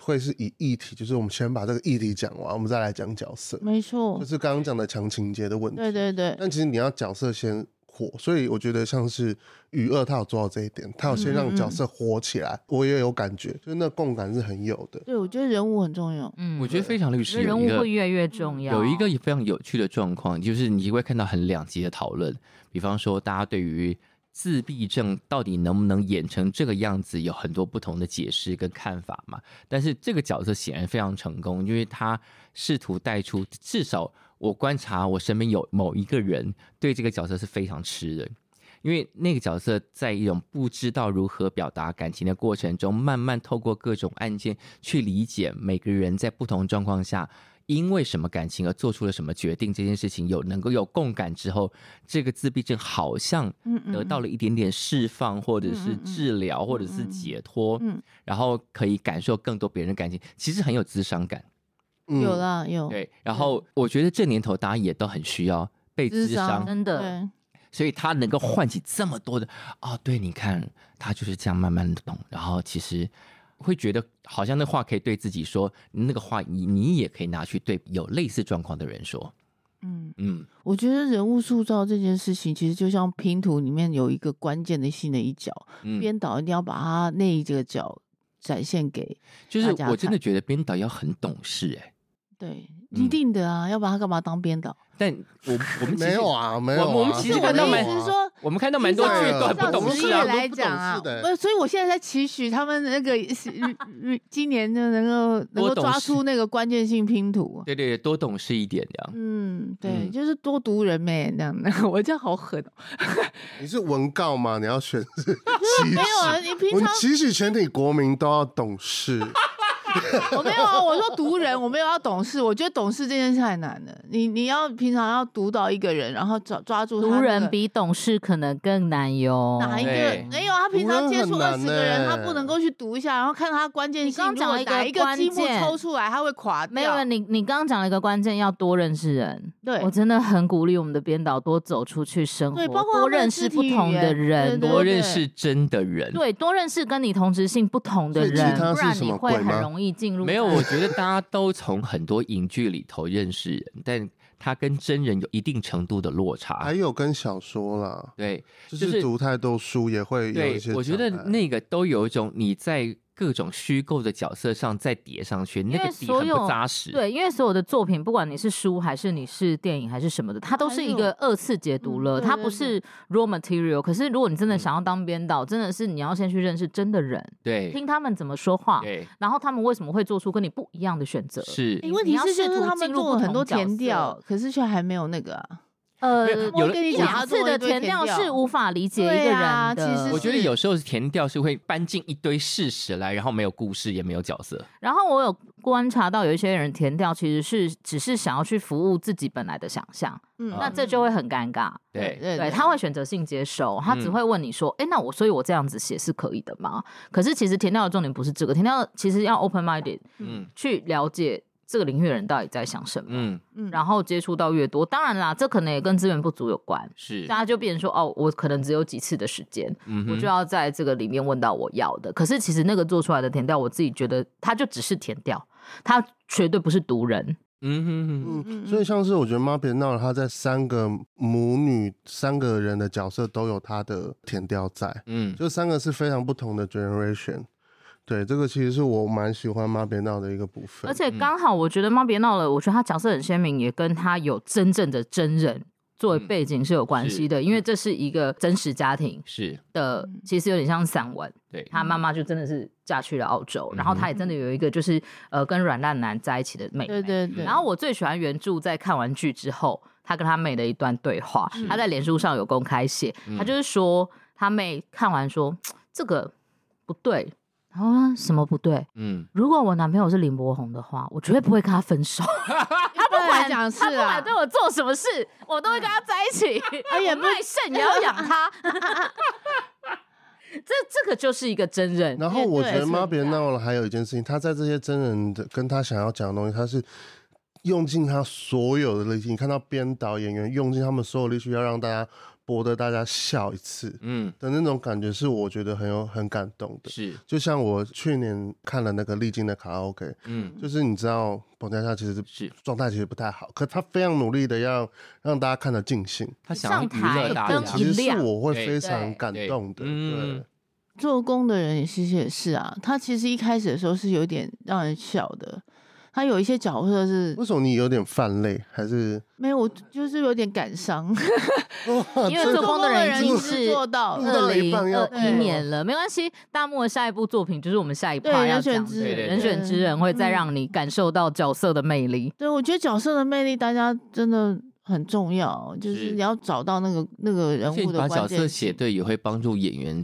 会是以议题，就是我们先把这个议题讲完，我们再来讲角色，没错就，是刚刚讲的强情节的问题。嗯对对对，但其实你要角色先火，所以我觉得像是《雨二》，他有做到这一点，他有先让角色火起来，我也有感觉，就是那共感是很有的。对我觉得人物很重要。嗯，我觉得非常律我师觉得人有一物个会越来越重要。有一个也非常有趣的状况，就是你会看到很两极的讨论，比方说大家对于自闭症到底能不能演成这个样子，有很多不同的解释跟看法嘛。但是这个角色显然非常成功，因为他试图带出至少我观察我身边有某一个人对这个角色是非常吃的。因为那个角色在一种不知道如何表达感情的过程中，慢慢透过各种案件去理解每个人在不同状况下因为什么感情而做出了什么决定，这件事情有能够有共感之后，这个自闭症好像嗯嗯，得到嗯了一点点释放，或者是嗯嗯嗯治疗，或者是嗯嗯解脱，嗯然后可以感受更多别人的感情，其实很有自伤感。嗯有啦有，对，然后我觉得这年头大家也都很需要被智咨商商，真的，对，所以他能够唤起这么多的啊、对，你看他就是这样慢慢的懂，然后其实会觉得好像那话可以对自己说，那个话你你也可以拿去对有类似状况的人说，嗯，嗯，我觉得人物塑造这件事情，其实就像拼图里面有一个关键的新的一角，嗯编导一定要把它那一个角展现给就是大家我真的看觉得编导要很懂事哎、对，嗯一定的啊，要不然他干嘛当编导？但我我们其实没有，啊，没有、啊，我们其实是看我到的意蛮思是说，我们看到蛮多对剧啊都很不照懂职事业啊，来都不懂讲啊事，的不是所以我现在在期许他们那个是嗯今年就能够 能多够懂抓事出那个关键性拼图。啊 对对对，多懂事一点这样。嗯，对，嗯就是多读人呗，那样的， 我这样好狠哦。你是文告吗？你要选 是期没有啊，许，你平我们常期许全体国民都要懂事。我没有啊，我说读人，我没有要懂事，我觉得懂事这件事太难了。你你要平常要读到一个人，然后抓抓住他读那人个比懂事可能更难哟。哪一个哦对没有？啊他平常接触读人二很十难个人，他呢不能够去读一下，然后看他关键你性。刚讲了如一果个哪一个关积木键抽出来，他会垮掉。没有，你你刚刚讲了一个关键，要多认识人。对我真的很鼓励我们的编导多走出去生活，对包括他多们的认肢识不体语同的言人，对多对认识真的人，对多认识跟你同职性不同的所以其人，他不是然什你么会鬼很吗容易进入没有，到我觉得大家都从很多影剧里头认识人，但他跟真人有一定程度的落差。还有跟小说啦，对就就是是读太多书也会有对一些，我觉得障碍那个都有一种你在各种虚构的角色上再叠上去，那为个底所很有不扎实。对，因为所有的作品，不管你是书还是你是电影还是什么的，它都还是是一有个二次解读嗯了，对它对不对是 raw material。可是如果你真的嗯想要当编导，真的是你要先去认识真的人，对听他们怎么说话，对然后他们为什么会做出跟你不一样的选择。是你问你题要是，试就是图他们进入做了不很多同角填调色，可是却还没有那个啊。呃，有我了跟你一讲，两他两做次了一的堆填调是无法理解一个对人的。啊其实我觉得是有时候填调是会搬进一堆事实来，然后没有故事，也没有角色。然后我有观察到有一些人填调其实是只是想要去服务自己本来的想象，嗯那这就会很尴尬。啊对对对，他会选择性接受，他只嗯会问你说：“哎、那我所以我这样子写是可以的吗？”可是其实填调的重点不是这个，填调其实要 open minded 嗯去了解这个领域的人到底在想什么，嗯，嗯然后接触到越多，当然啦，这可能也跟资源不足有关，是大，家就变成说：“哦，我可能只有几次的时间，嗯我哼就要在这个里面问到我要的。可是其实那个做出来的填调，我自己觉得它就只是填调，它绝对不是读人。嗯哼哼，嗯，所以像是我觉得《妈别闹了》，她在三个母女、三个人的角色都有她的填调在，嗯，就三个是非常不同的 generation。对，这个其实是我蛮喜欢《妈别闹》的一个部分。而且嗯刚好我觉得《妈别闹了》，我觉得他角色很鲜明，也跟他有真正的真人作为嗯背景是有关系的，是嗯因为这是一个真实家庭是嗯的，其实有点像散文。对，他妈妈就真的是嫁去了澳洲，然后嗯嗯哼她也真的有一个就是呃跟软烂男在一起的妹妹。对对对，然后我最喜欢原著，在看完剧之后，他跟他妹的一段对话，他在脸书上有公开写，嗯他就是说他妹看完说这个不对，然后说什么不对？嗯，如果我男朋友是林柏宏的话，我绝对不会跟他分手。他 不一般来管讲他不是啊管对我做什么事，我都会跟他在一起。哎也我不 卖肾也要养他。 这这个就是一个真人，然后我觉对得是妈别闹了，还有一件事情，他在这些真人的跟他想要讲的东西，他是用尽他所有的力气。你看到编导演员用尽他们所有力气，要让大家博得大家笑一次嗯，的那种感觉，是我觉得很有很感动的。是，就像我去年看了那个丽晶的卡拉 OK，嗯，就是你知道彭佳佳其实是状态其实不太好，可他非常努力的要让大家看得尽兴，他想要上娱乐台大跟家一，其实亮是我会对非常对感对动的。嗯对，做工的人也其实也是啊，他其实一开始的时候是有点让人笑的，他有一些角色是为什么你有点泛泪？还是没有，我就是有点感伤， 因为做工的人已经是是做到录到嗯二了一零半要二一哭年了，没关系。大漠的下一部作品就是我们下一趴对要人选讲之的对对人，嗯人选之人，会再让你感受到角色的魅力。对，我觉得角色的魅力大家真的很重要，就是是你要找到那个那个人而且物你的把关角色键写性。对，也会帮助演员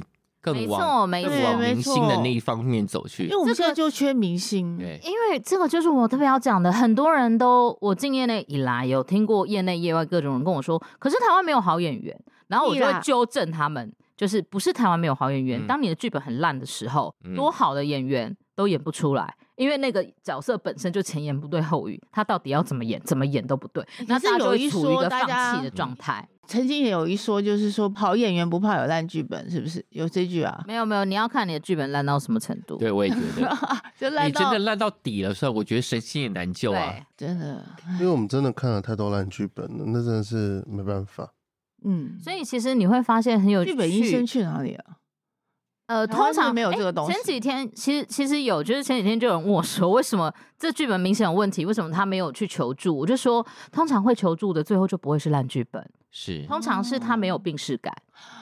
更没往错，没对更往错。没明星的错那一方面走去因为。我们现这在个就缺明星，对，因为这个就是我特别要讲的，很多人都我进业内以来有听过业内业外各种人跟我说，可是台湾没有好演员，然后我就屁会啦纠正他们，就是不是台湾没有好演员，嗯当你的剧本很烂的时候，嗯多好的演员都演不出来，因为那个角色本身就前言不对后语，他到底要怎么演，怎么演都不对，那是大家就有会一处于一说个大放家弃的嗯状态。曾经也有一说，就是说好演员不怕有烂剧本，是不是有这句啊？没有没有，你要看你的剧本烂到什么程度。对我也觉得，就烂你真到的烂到底了，所以我觉得神仙也难救啊对。真的， 因为我们真的看了太多烂剧本了，那真的是没办法。嗯，所以其实你会发现很有剧本医趣生去哪里啊了？呃，台湾是不通是常没有诶这个东西前几天其实其实有，就是前几天就有人问我说，为什么这剧本明显有问题？为什么他没有去求助？我就说，通常会求助的最后就不会是烂剧本，是，通常是他没哦有病视感，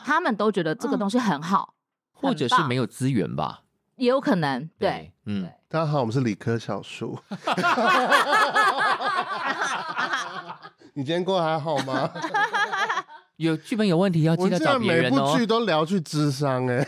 他们都觉得这嗯个东西很好，或者是没有，有资源吧？也有可能对。，嗯对，大家好，我们是理科小叔。 你今天过得还好吗？有剧本有问题要我 记们得竟找然别每人部哦剧。都聊去智商哎、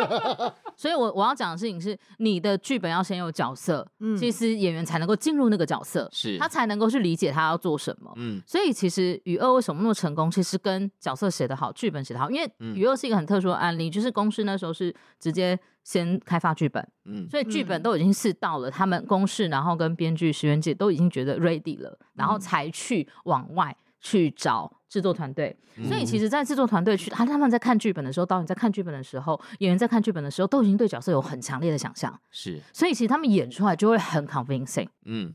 所以我我要讲的事情是，你的剧本要先有角色，嗯其实演员才能够进入那个角色，是他才能够去理解他要做什么。嗯，所以其实雨二为什么那么成功，其实跟角色写得好、剧本写得好，因为嗯雨二是一个很特殊的案例，就是公司那时候是直接先开发剧本，嗯，所以剧本嗯都已经是到了他们公式，然后跟编剧、石原姐都已经觉得 ready 了，然后才去往外去找制作团队。所以其实，在制作团队去，啊他他们在看剧本的时候，导演在看剧本的时候，演员在看剧本的时候，都已经对角色有很强烈的想象，是，所以其实他们演出来就会很 convincing，嗯，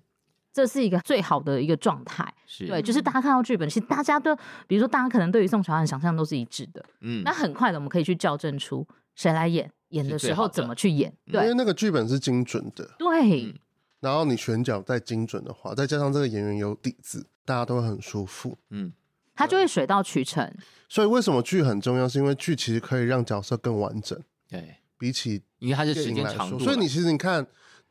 这是一个最好的一个状态。是，对，就是大家看到剧本，其实大家都，比如说大家可能对于宋乔安的想象都是一致的，嗯那，很快的我们可以去校正出谁来演，演是的最时好候的怎么去演，因为对那个剧本是精准的，嗯对，然后你选角再精准的话，再加上这个演员有底子，大家都会很舒服。嗯，他就会水到渠成。所以为什么剧很重要？是因为剧其实可以让角色更完整，对，比起因为它是电时影间来长说，度了，所以你其实你看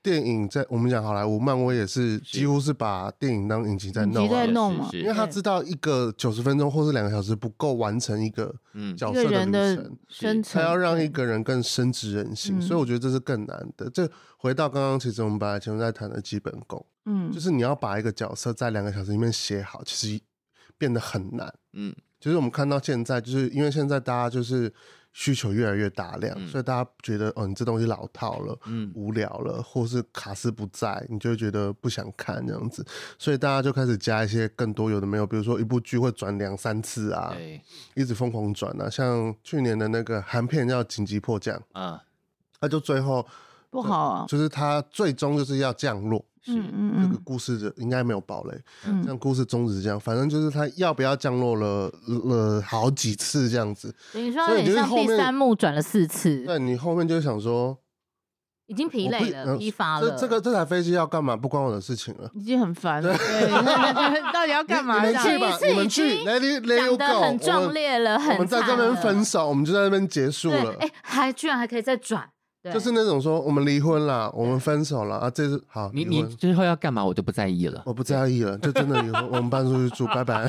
电影在，我们讲好莱坞、漫威也是几乎是把电影当影集在影集弄、在啊是。弄嘛是因为他知道一个九十分钟或是两个小时不够完成一个嗯，角一色个的人旅的程，生他成，要让一个人更深植人心，嗯所以我觉得这是更难的。这回到刚刚，其实我们本来前面在谈的基本功，嗯，就是你要把一个角色在两个小时里面写好，其实变得很难。嗯，就是我们看到现在，就是因为现在大家就是需求越来越大量，嗯所以大家觉得哦，你这东西老套了，嗯，无聊了，或是卡斯不在，你就会觉得不想看这样子，所以大家就开始加一些更多有的没有，比如说一部剧会转两三次啊，对，一直疯狂转啊，像去年的那个韩片叫《紧急迫降》，啊，那就最后不好啊，就是它最终就是要降落，是，嗯嗯这个嗯故事的应该没有暴雷，嗯像故事宗旨这样，反正就是它要不要降落了了好几次这样子，等于说所有以就点是像后第面三幕转了四次，那你后面就会想说已经疲我不累呃了，疲乏了。这这个这台飞机要干嘛？不关我的事情了。已经很烦了，对， 那 那到底要干嘛你这你们去样？吧，这一次你们已去经，Let it let you 讲 go，的很壮烈了，我们很啊我们在这边惨了分手，我们就在那边结束对哎了，。哎，还居然还可以再转，对就是那种说我们离婚啦，我们分手了啊，这是好，你离你婚之后要干嘛，我都不在意了。我不在意了，就真的离 婚，我们搬出去住，拜 拜，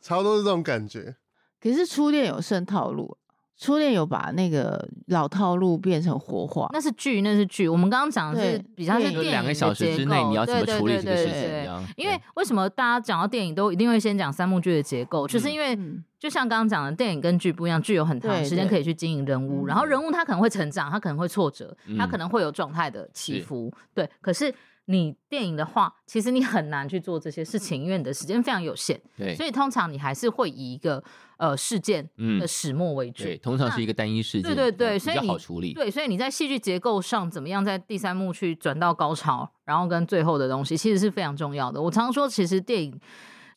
差不多是这种感觉。可是初恋有剩套路，啊初恋有把那个老套路变成活化。那是剧，那是剧。我们刚刚讲的是对比较是电就影两个的小时结之内，构你要怎么对对处理对这个事对情？对这对样，因为对为什么大家讲到电影都一定会先讲三幕剧的结构，就是嗯因为嗯就像刚刚讲的，电影跟剧不一样，剧有很长的对时间对可以去经营人物，然后人物他可能会成长，他可能会挫折，他可嗯能会有状态的起是伏，对。可是你电影的话，其实你很难去做这些事情，因为你的时间非常有限，对所以通常你还是会以一个呃事件嗯的始末为主。对，通常是一个单一事件，对对对比所以较你好处理。对，所以你在戏剧结构上怎么样在第三幕去转到高潮，然后跟最后的东西，其实是非常重要的。我常说，其实电影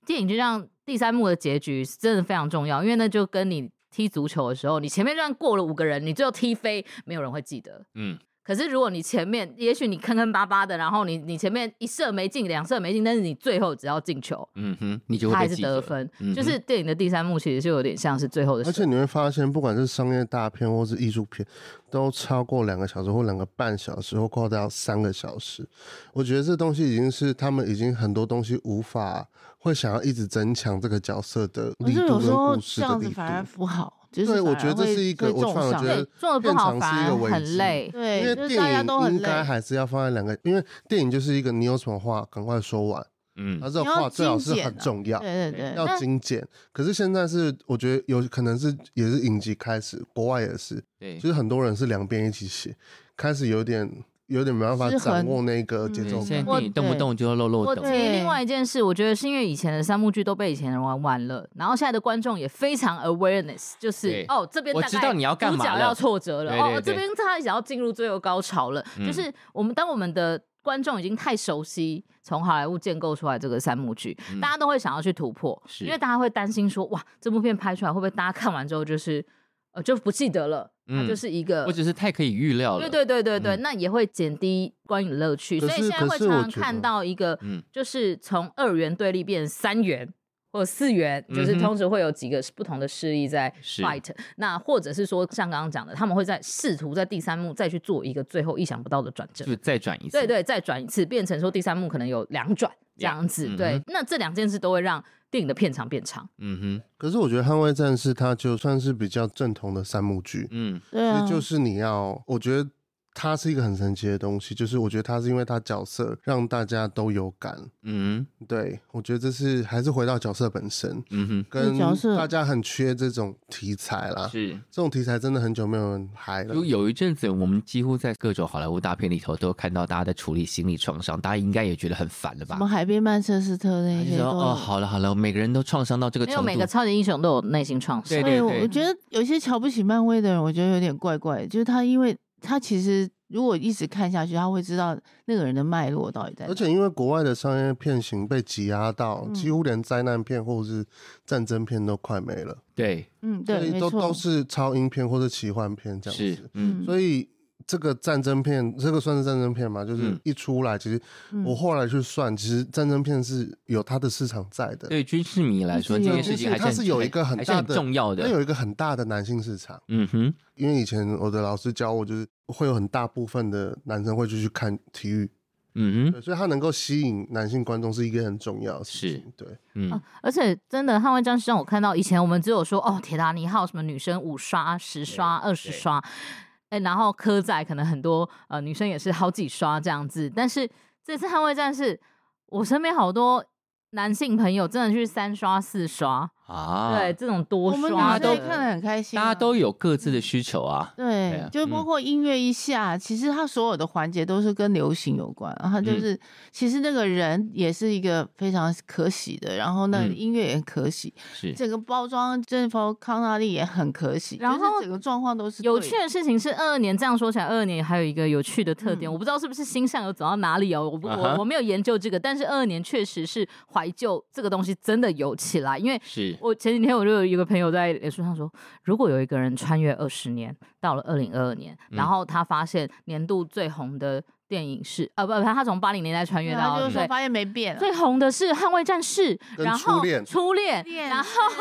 电影就像第三幕的结局是真的非常重要，因为那就跟你踢足球的时候，你前面就算过了五个人，你最后踢飞，没有人会记得。嗯，可是如果你前面，也许你坑坑巴巴的，然后你你前面一射没进，两射没进，但是你最后只要进球，嗯哼，你就会他被还是记得得分。嗯就哼是电影的第三幕其实就有点像是最后的射，而且你会发现，不管是商业大片或是艺术片，都超过两个小时或两个半小时，或扩到三个小时。我觉得这东西已经是他们已经很多东西无法会想要一直增强这个角色的可力度是有时跟候故事这的样力子度。反而不好，就是对，我反觉得而这会是一个，会我重反而伤觉得对做得不片好场反是一而个危很机累因对，为就是大家电都影很应该累。还是要放在两个，因为电影就是一个你有什么话赶快说完，而嗯，这你要话最好是精简很啊重要。对对对，要那精简，可是现在是我觉得有可能是也是影集开始，国外也是，对就，是很多人是两边一起写，开始有点有点没办法失掌衡握那个节嗯奏对现在感。我电影动不对动就要漏漏我等提。另对外一件事，我觉得是因为以前的三幕剧都被以前人玩完了，然后现在的观众也非常 awareness，就对是哦这边我大知概道你要干主嘛角了要挫折了，对对哦这对边他想要进入最后高潮了，嗯就是我们当我们的。观众已经太熟悉从好莱坞建构出来这个三幕剧，嗯大家都会想要去突破，是因为大家会担心说，哇，这部片拍出来会不会大家看完之后就是呃就不记得了，它嗯就是一个或者是太可以预料了。对对对对对，嗯那也会减低观影的乐趣，可所是以现在会可是常我常觉得看到一个嗯，就是从二元对立变三元或四元，就是嗯哼同时会有几个不同的势力在是 fight。那或者是说，像刚刚讲的，他们会在试图在第三幕再去做一个最后意想不到的转正就，再转一次。对对，再转一次，变成说第三幕可能有两转这样子。嗯哼对，那这两件事都会让电影的片长变长。嗯哼，可是我觉得《捍卫战士》它就算是比较正统的三幕剧，嗯对其啊，实就是你要，我觉得它是一个很神奇的东西，就是我觉得它是因为它角色让大家都有感。嗯对，我觉得这是还是回到角色本身，嗯跟角色大家很缺这种题材啦哼，。是。这种题材真的很久没有人拍了有。有一阵子，我们几乎在各种好莱坞大片里头都看到大家在处理心理创伤，大家应该也觉得很烦了吧什么？海边曼彻斯特那他就些说都哦，有好了好了，每个人都创伤到这个没程有度，每个超级英雄都有内心创伤对。对哎我我觉得有些瞧不起漫威的人，我觉得有点怪怪的。就是他，因为他其实如果一直看下去，他会知道那个人的脉络到底在哪。而且因为国外的商业片型被挤压到，嗯几乎连灾难片或者是战争片都快没了，对嗯，所对，以没都错，都是超英片或者奇幻片这样是子。嗯所以这个战争片，这个算是战争片嘛？就是嗯一出来，其实嗯我后来去算，其实战争片是有它的市场在的。对军事迷来说，是这有件事情还它很是有一个很还是大很的重要它有的。一个很大的男性市场。嗯哼，因为以前我的老师教我，就是会有很大部分的男生会去去看体育，嗯对，所以它能够吸引男性观众是一个很重要的事是情。对，哼，嗯啊，而且真的《捍卫战士》让我看到，以前我们只有说哦，铁达尼号什么女生五刷、十刷、二十对刷，哎，然后科仔可能很多呃女生也是好几刷这样子。但是这次《捍卫战士》，我身边好多男性朋友真的去三刷、四刷，啊，对，这种多我们刷俩的都看得很开心大啊、家都有各自的需求啊。对对啊，就包嗯括音乐一下，其实它所有的环节都是跟流行有关，然后它就嗯是、其实那个人也是一个非常可喜的，然后那嗯音乐也很可喜，是整个包装珍妮佛康纳利也很可喜，然就是后整个状况都是有对趣的事情是，二二年这样说起来，二二年还有一个有趣的特点，嗯我不知道是不是星象有走到哪里哦，我不、啊哈我我没有研究这个，但是二二年确实是怀旧这个东西真的有起来，因为是，我前几天我就有一个朋友在脸书上说，如果有一个人穿越二十年，到了二零二二年，嗯然后他发现年度最红的电影是啊，不，不他从八零年代穿越然后到就说对。发现没变了，最红的是《捍卫战士》，跟然后初恋初恋，恋然后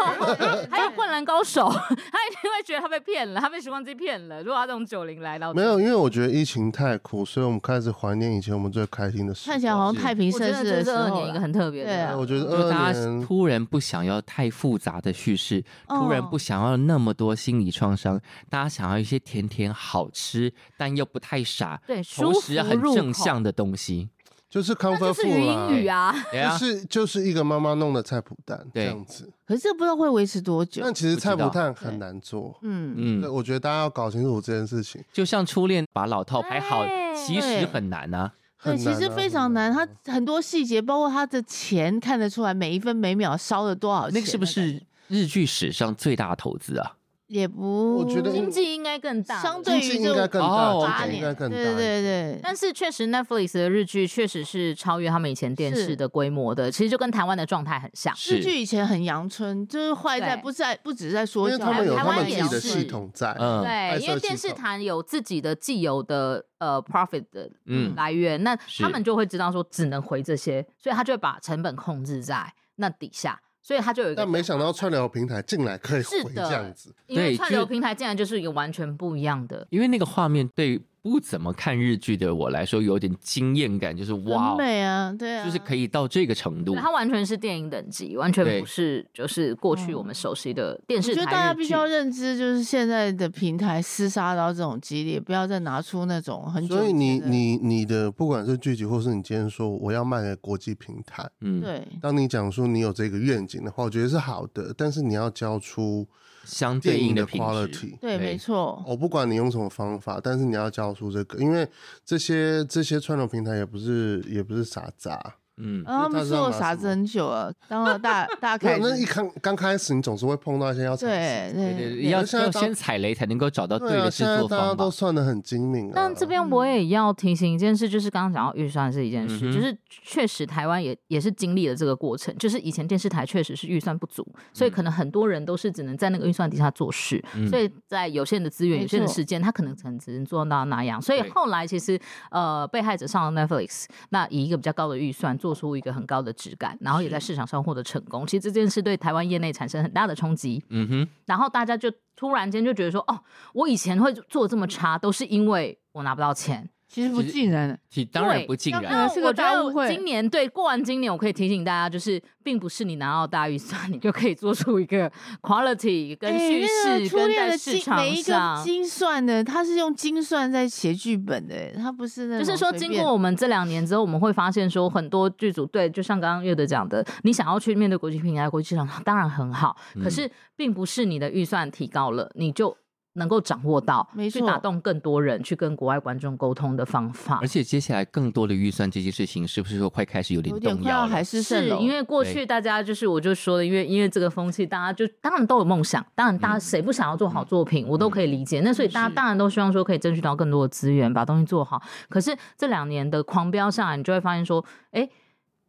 还有《灌篮高手》， 他一定会觉得他被骗了，他被时光机骗了。如果他这种九零来到，没有，因为我觉得疫情太苦，所以我们开始怀念以前我们最开心的时光。看起来好像太平我盛真的世的这是时二候年一个了。很特别对的啊，我觉得就二大年家突然不想要太复杂的叙事，哦突然不想要那么多心理创伤，大家想要一些甜甜好吃，但又不太傻，对同舒时服很入正口向的东西。就是那 comfort 就是 food 啦语音 语啊，对就啊，是就是一个妈妈弄的菜脯蛋这对样子，可是这不知道会维持多久但。其实不菜知道脯蛋很难做。嗯，对，嗯，我觉得大家要搞清楚这件事情就像初恋把老套排好，哎其实很难啊。很对，难啊、其实非常很难，啊它很多细节，包括它的钱看得出来，每一分每秒烧了多少钱。那个是不？是日剧史上最大的投资啊？也不，我觉得经济应该更大了。相对经于济这应该更大，哦经济应该更大。对对对对，但是确实，Netflix 的日剧确实是超越他们以前电视是的规模的，其实就跟台湾的状态很像。日剧是，以前很阳春，就是坏在对不是在不只是在说因教，为他们有啊台他湾们自也己的是系统在，嗯白对，色因为电系视统台有自己的既有的呃 profit 的嗯来源，那是他们就会知道说只能回这些，所以他就会把成本控制在那底下，所以他就有一个但没想到串流平台进来可以是回的这样子，因为对串就流平台竟然就是一个完全不一样的，因为那个画面对不怎么看日剧的我来说有点惊艳感，就是哇哦很，美啊，对啊，就是可以到这个程度对。它完全是电影等级，完全对不是就是过去我们熟悉的电嗯视我觉台日得剧。大家必须要认知，就是现在的平台厮杀到这种激烈，不要再拿出那种很久所以你前的你你的不管是剧集，或是你今天说我要卖给国际平台，嗯，对当你讲述你有这个愿景的话，我觉得是好的，但是你要交出相对电影应的品质 quality。对，没错，我、不管你用什么方法，但是你要交出这个，因为这些这些串流平台也不是也不是傻渣。嗯，然后他们知道做拿傻什子么很久了，当 了大大没开有，那一始，刚刚开始，你总是会碰到一些要尝对试对对对，要现在要大先踩雷才能够找到对对啊，的制现在作大家方都法。算的很精明啊。但这边我也要提醒一件事，就是刚刚讲到预算是一件事，嗯嗯哼就是确实台湾也也是经历了这个过程，就是以前电视台确实是预算不足，所以可能很多人都是只能在那个预算底下做事，嗯所以在有限的资源、没有限的错时间，他可能可能只能做到那样。所以对后来其实呃，被害者上了 Netflix，那以一个比较高的预算做出一个很高的质感，然后也在市场上获得成功。其实这件事对台湾业内产生很大的冲击。嗯哼，然后大家就突然间就觉得说，哦，我以前会做这么差，都是因为我拿不到钱。其实不尽然，其当然对不尽要然不，要那是我个觉大得误我会今年对过完今年，我可以提醒大家，就是并不是你拿到大预算，你就可以做出一个 quality 跟哎那叙个事、初跟恋在的市精场每一个上。精算的，他是用精算在写剧本的，他不是那就是种说，随经便过我们这两年之后，我们会发现说，很多剧组对，就像刚刚月德讲的，你想要去面对国际平台、国际市场，当然很好，可嗯是并不是你的预算提高了，你就能够掌握到，没去错打动更多人，去跟国外观众沟通的方法。而且接下来更多的预算这件事情，是不是说快开始有点有点动快摇要了海？市蜃是楼，因为过去对大家就是我就说了，因为因为这个风气，大家就当然都有梦想，当然大家嗯谁不想要做好作品，我都可以理解。那所以大家是当然都希望说可以争取到更多的资源，把东西做好。可是这两年的狂飙下来，你就会发现说，哎。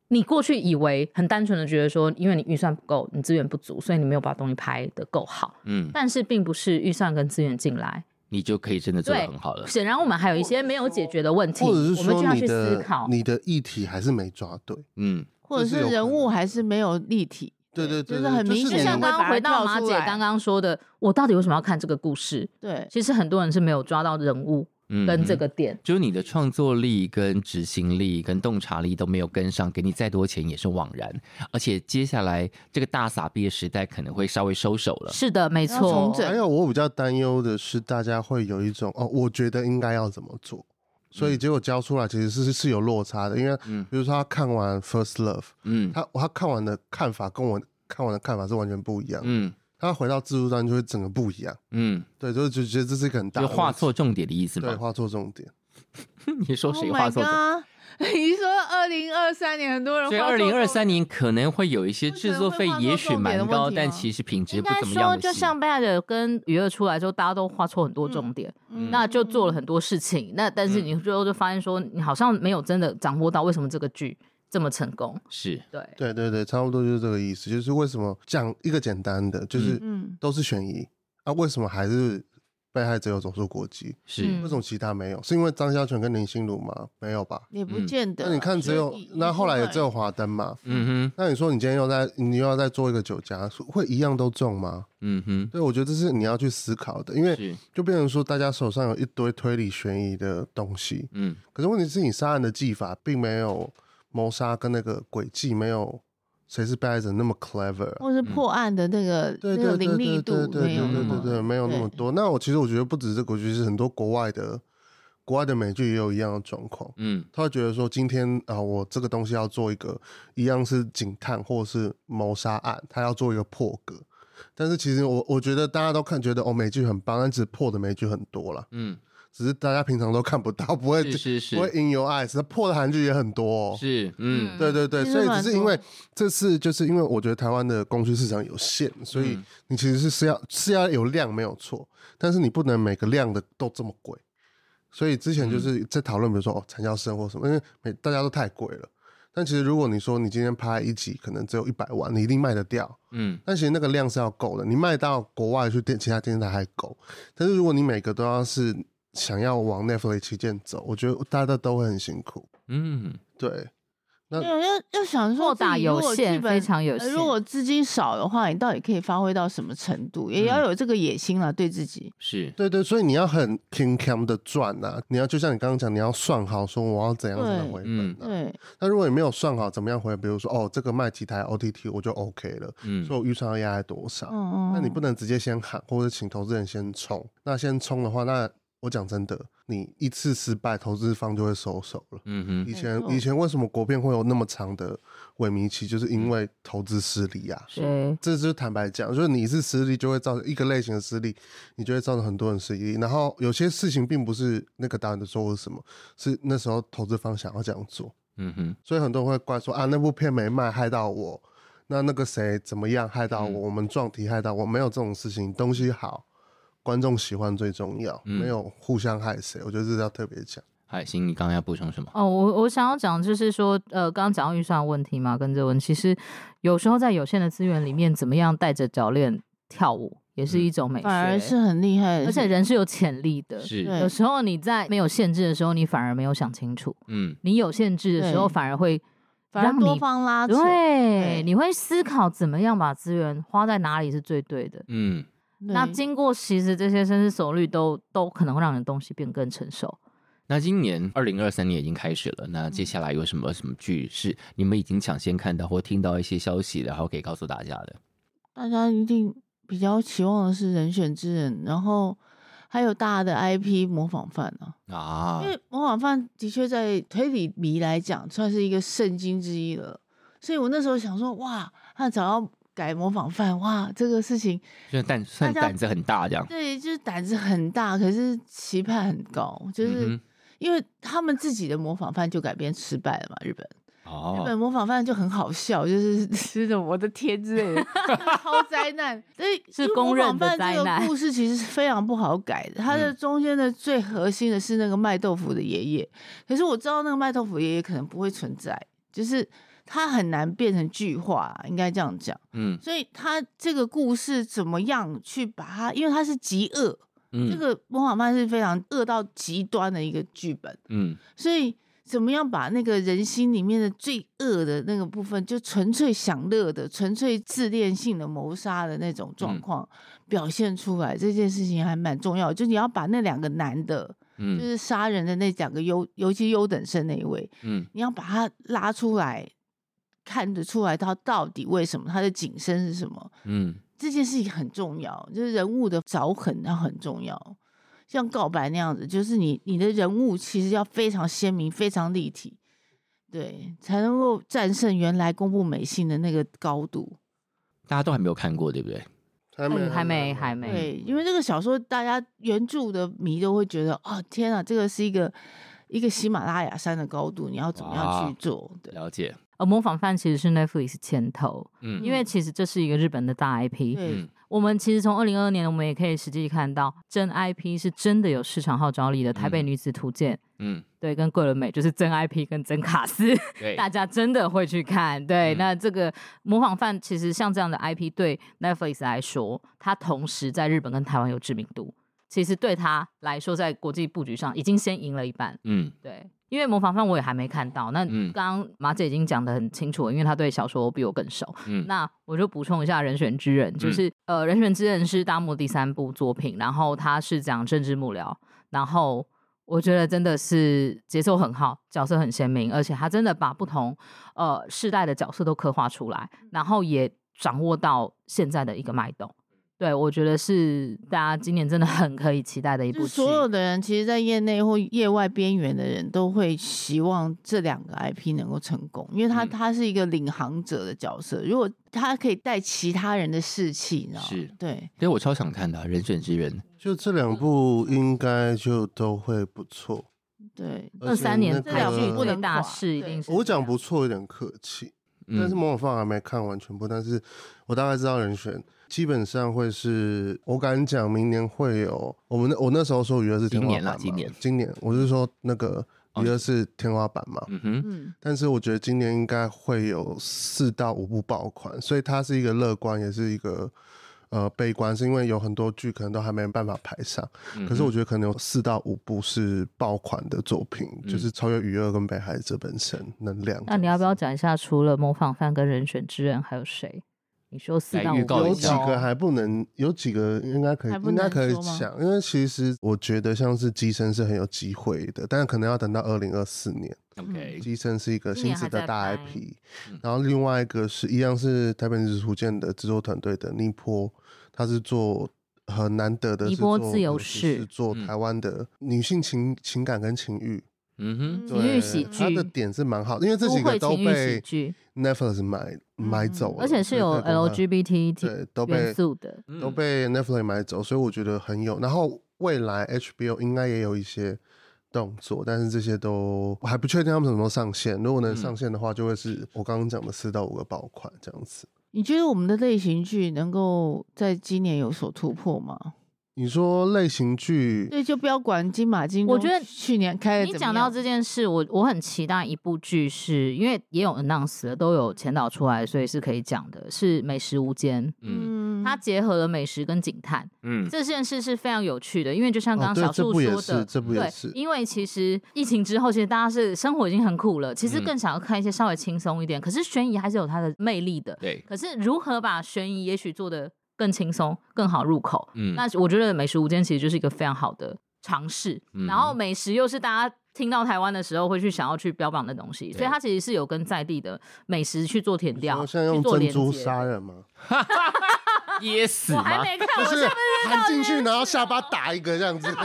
你过去以为很单纯的觉得说，因为你预算不够，你资源不足，所以你没有把东西拍的够好。嗯，但是并不是预算跟资源进来，你就可以真的做的对很好了。显然我们还有一些没有解决的问题，呃或者是我们就说要你去思的考。你的议题还是没抓对，嗯，或者这是是有可人物能还是没有立体，对对对就是对很就明是就你显的像们会把刚刚它回到跳马出姐来刚刚说的，我到底为什么要看这个故事？对，其实很多人是没有抓到人物嗯跟这个点。就是你的创作力、跟执行力、跟洞察力都没有跟上，给你再多钱也是枉然。而且接下来这个大撒币的时代可能会稍微收手了。是的，没要错重。整还有哦哎我比较担忧的是，大家会有一种哦，我觉得应该要怎么做，所以结果交出来其实是是有落差的，因为嗯比如说他看完《First Love》，嗯他他看完的看法跟我看完的看法是完全不一样，嗯他回到自助站就会整个不一样，嗯，对，就就觉得这是一个很大就的画问题错重点的意思对吗？画错重点， 你说 Oh 谁 my 画错重点？ god！你 说二零二三年很多人 所以画二错零二重三年可能会有一些制作费，也许蛮高，但其实品质应不该怎么样说，的戏。就像贝尔跟娱乐出来之后，大家都画错很多重点，嗯那就做了很多事情。那但是嗯你最后就发现说，你好像没有真的掌握到为什么这个剧这么成功。是对，对对对，差不多就是这个意思，就是为什么讲一个简单的，就是嗯都是悬疑啊，为什么还是被害者有走出国籍，是、嗯为什么其他没有？是因为张孝全跟林心如吗？没有吧？也不嗯见得。那你看，只有那后来也只有华灯嘛。嗯哼，那你说你今天又在你又要再做一个酒家，会一样都中吗？嗯哼，对，我觉得这是你要去思考的，因为是，就变成说大家手上有一堆推理悬疑的东西，嗯可是问题是你杀人的技法并没有谋杀跟那个诡计没有谁是被害者那么 clever，啊、或是破案的那个对那对个对灵对力度对对没对有那对对么对，没有那么多。那我其实我觉得不只是国剧，是很多国外的国外的美剧也有一样的状况。嗯他会觉得说，今天啊、我这个东西要做一个一样是警探或者是谋杀案，他要做一个破格。但是其实我我觉得大家都看觉得哦美剧很棒，但只破的美剧很多啦，嗯，只是大家平常都看不到，不会是是是不会 in your eyes。那破的韩剧也很多、哦，是，嗯对对对，其所实以蛮只是因多为这次就是因为我觉得台湾的供需市场有限，所以嗯你其实是是要是要有量没有错，但是你不能每个量的都这么贵。所以之前嗯就是在讨论，比如说哦，产销生或什么，因为每大家都太贵了。但其实如果你说你今天拍一集可能只有一百万，你一定卖得掉。嗯但其实那个量是要够的，你卖到国外去电其他电视台还够。但是如果你每个都要是想要往 Netflix 旗舰走，我觉得大家都会很辛苦。嗯对，那对，啊要要想说豁达自己呃有如果限剧本非常有呃限如果资金少的话，你到底可以发挥到什么程度，也要嗯有这个野心啦，对自己。是，对对，所以你要很 king cam 的赚呐、啊你要就像你刚刚讲，你要算好说我要怎样才能对回嗯本、啊。对，那如果你没有算好怎么样回，比如说哦，这个卖几台 OTT 我就 OK 了，嗯所以我预算要压在多少？嗯嗯。那你不能直接先喊，或者请投资人先冲。那先冲的话，那我讲真的，你一次失败，投资方就会收手了。嗯哼，以前错以前为什么国片会有那么长的萎靡期，就是因为投资失利啊。嗯对，这就是坦白讲，就是你是失利，就会造成一个类型的失利，你就会造成很多人失利。然后有些事情并不是那个导演的错或是什么，是那时候投资方想要这样做，嗯哼，所以很多人会怪说啊，那部片没卖，害到我。那那个谁怎么样害到我？嗯我们撞题害到我，没有这种事情。东西好，观众喜欢最重要，嗯没有互相害谁。我觉得这是要特别讲。海星，你刚刚要补充什么？哦，我我想要讲就是说，呃，刚刚讲到预算问题嘛，跟着文，其实有时候在有限的资源里面，怎么样带着脚链跳舞，也是一种美学，反而是很厉害的，而且人是有潜力的。是，对有时候你在没有限制的时候，你反而没有想清楚；嗯你有限制的时候，对反而会反而让多你方拉扯。对，对你会思考怎么样把资源花在哪里是最对的。嗯那对经过其实这些深思熟虑都，都可能会让你的东西变更成熟。那今年二零二三年已经开始了，那接下来有什么什么剧是你们已经抢先看到或听到一些消息，然后可以告诉大家的？大家一定比较期望的是《人选之人》，然后还有大的 IP 模仿犯啊，啊因，为模仿犯的确在推理迷来讲算是一个圣经之一了。所以我那时候想说，哇，他找到改模仿犯，哇，这个事情就是胆算大家胆子很大这样，对，就是胆子很大，可是期盼很高，就是、嗯因为他们自己的模仿犯就改编失败了嘛，日本。哼哦日，本模仿犯就很好笑，就是 是种我的天之类的， 超灾难。所以是就公认模仿的犯灾这难个故事其实是非常不好改的，它的嗯中间的最核心的是那个卖豆腐的爷爷。可是我知道那个卖豆腐爷爷可能不会存在，就是他很难变成句话，啊应该这样讲。嗯所以他这个故事怎么样去把它，因为他是极恶，这嗯个模仿犯是非常恶到极端的一个剧本。嗯所以怎么样把那个人心里面的最恶的那个部分，就纯粹享乐的、纯粹自恋性的谋杀的那种嗯状况、表现出来，这件事情还蛮重要的。就你要把那两个男的，就嗯是杀人的那两个优，尤其优等生那一位，嗯你要把他拉出来，看得出来他到底为什么，他的景深是什么。嗯这件事情很重要，就是人物的凿痕要很重要。像告白那样子，就是你你的人物其实要非常鲜明、非常立体，对，才能够战胜原来公布美信的那个高度。大家都还没有看过，对不对？还嗯还没，还没。对，因为这个小说大家原著的迷都会觉得，哦，天啊，这个是一个一个喜马拉雅山的高度，你要怎么样哇去做？对，了解，而呃模仿犯其实是 Netflix 牵头，嗯因为其实这是一个日本的大 IP。对嗯，我们其实从二零二二年，我们也可以实际看到真 IP 是真的有市场号召力的，《台北嗯女子图鉴》嗯，对，跟桂纶镁就是真 IP 跟真卡斯，对，大家真的会去看。对，嗯那这个模仿犯其实像这样的 IP 对 Netflix 来说，它同时在日本跟台湾有知名度，其实对他来说，在国际布局上已经先赢了一半。嗯对，因为模仿犯我也还没看到。那嗯刚刚马姐已经讲的很清楚了，因为她对小说比我更熟。嗯， 那我就补充一下《人选之人》，就是、呃，《人选之人》是大漠第三部作品，然后他是讲政治幕僚，然后我觉得真的是节奏很好，角色很鲜明，而且他真的把不同呃世代的角色都刻画出来，然后也掌握到现在的一个脉动。对，我觉得是大家今年真的很可以期待的一就部是剧。所有的人，其实，在业内或业外边缘的人都会希望这两个 IP 能够成功，因为他、嗯他是一个领航者的角色，如果他可以带其他人的士气，你知道吗？是对，对我超想看的啊、人选之人》，就这两部应该就都会不错。对，而二三且年那台个剧不最能大垮事一对定是我讲这样不错有点客气，嗯但是《模仿犯》还没看完全部，但是我大概知道人选。基本上会是，我敢讲，明年会有我们那我那时候说娱乐是天花板嘛，今年啦今年我是说那个哦娱乐是天花板嘛，嗯哼，嗯，但是我觉得今年应该会有四到五部爆款，所以它是一个乐观，也是一个呃悲观，是因为有很多剧可能都还没办法排上。嗯可是我哼觉得可能有四到五部是爆款的作品，嗯就是超越《娱乐》跟《北海》这本身能量。那你要不要讲一下，除了模仿犯跟人选之人，还有谁？你说四来到预五告有一个哦几下个还不能，有几个应该可以还，不应该能可以说吗讲，因为其实我觉得像是《机身》是很有机会的，但可能要等到二零二四年。嗯 OK，机身是一个今新年式还的在大拍 IP，嗯然后另外一个是一样是台北女子图鉴的制作团队的宁波，她是做很难得的宁是波做自由尤其是市做嗯台湾的女性情情感跟情欲，嗯哼，情欲对喜她的剧点是蛮好的，因为这都几个会都情欲喜被剧， Netflix 买买嗯走了，而且是所以有在国外 LGBT 对都元被素的。嗯都被 Netflix 买走，所以我觉得很有。然后未来 HBO 应该也有一些动作，但是这些都我还不确定他们什么时候上线。如果能嗯上线的话，就会是我刚刚讲的四到五个爆款这样子。你觉得我们的类型剧能够在今年有所突破吗？你说类型剧，哦对，就不要管金马金钟，我觉得去年开的你讲到这件事，我我很期待一部剧是，因为也有 announce 的，都有前导出来，所以是可以讲的。是《美食无间嗯》，它结合了美食跟警探，嗯这件事是非常有趣的，因为就像哦刚刚对小这树部也说是的，这部也是因为其实疫情之后，其实大家是生活已经很苦了，其实嗯更想要看一些稍微轻松一点。可是悬疑还是有它的魅力的， 对，可是如何把悬疑也许做得更轻松、更好入口？嗯那我觉得《美食无间》其实就是一个非常好的尝试。嗯然后美食又是大家听到台湾的时候会去想要去标榜的东西，所以它其实是有跟在地的美食去做填调，好像去用做珍连珠接。杀人吗？噎死我还吗？没看，就 我是含进去，然后下巴打一个这样 子，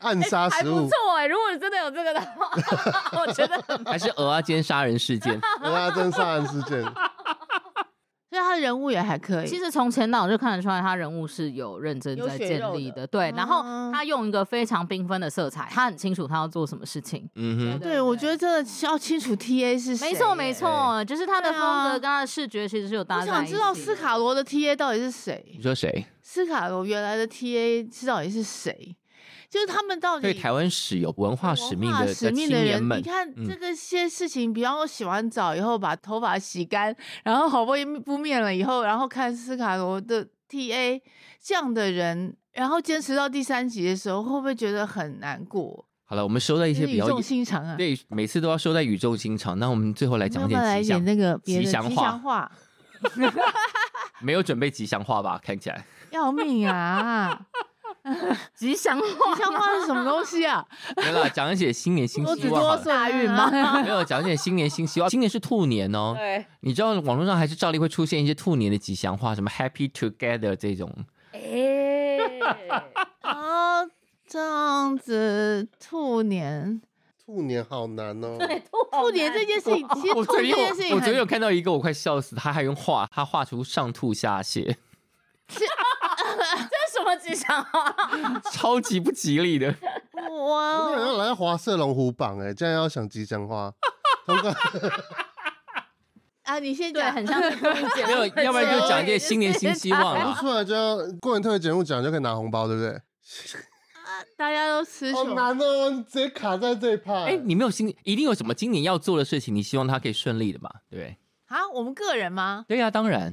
暗杀还食不物。错哎、如果真的有这个的话，我觉得很还是鹅啊奸杀人事 件？人家真杀人事件，所以他的人物也还可以。其实从前导就看得出来，他人物是有认真有在血建肉立的的。对，然后嗯他用一个非常缤纷的色彩，他很清楚他要做什么事情。嗯对，我觉得真的是要清楚 TA 是谁。没错没。错，就是他的对风啊格跟他的视觉其实是有搭我在想知道一起斯卡罗的 TA 到底是谁你？说谁？斯卡罗原来的 TA 是到底是谁？就是他们到底对台湾史有文化使命文化的使的青命的年人，们你，看嗯这个些事情，比方说洗完澡以后把头发洗干，然后好不容易敷面了以后，然后看斯卡罗的 TA 这样的人，然后坚持到第三集的时候，会不会觉得很难过？好了，我们收到一一些比语较重心长啊。对，每次都要说在语重心长。那我们最后来那讲我点们来吉祥演那个别的吉祥吉话祥，话， 没有准备吉祥话吧？看起来要命啊！吉祥话，吉祥话是什么东西 啊？没有啦，讲一些新年新多希子望好多啊了。孙大运 吗？没有讲一些新年新希望，今年是兔年 哦。对，你知道网络上还是照例会出现一些兔年的吉祥话，什么 Happy Together 这 种。哎，啊，这样子兔年，兔年好难 哦。兔年这件事情，其实我兔昨这天有件事情我昨天有很看到一个，我快笑死，他还用画，他画出上吐下泻， 这是什么吉祥话？超级不吉利的。我 想哇，哦要来华社龙虎榜哎，竟然要想吉祥话，通过啊，你先对，讲， 很像是综艺节没目有，要不然就讲一些新年新希望读啦。出啊来就要过年特别节目讲就可以拿红包，对不对？ 大家都吃好什么？难哦，你直接卡在这一趴。哎，你没有新，一定有什么今年要做的事情，你希望他可以顺利的嘛？对不对？ 啊，我们个人吗？对呀、当然。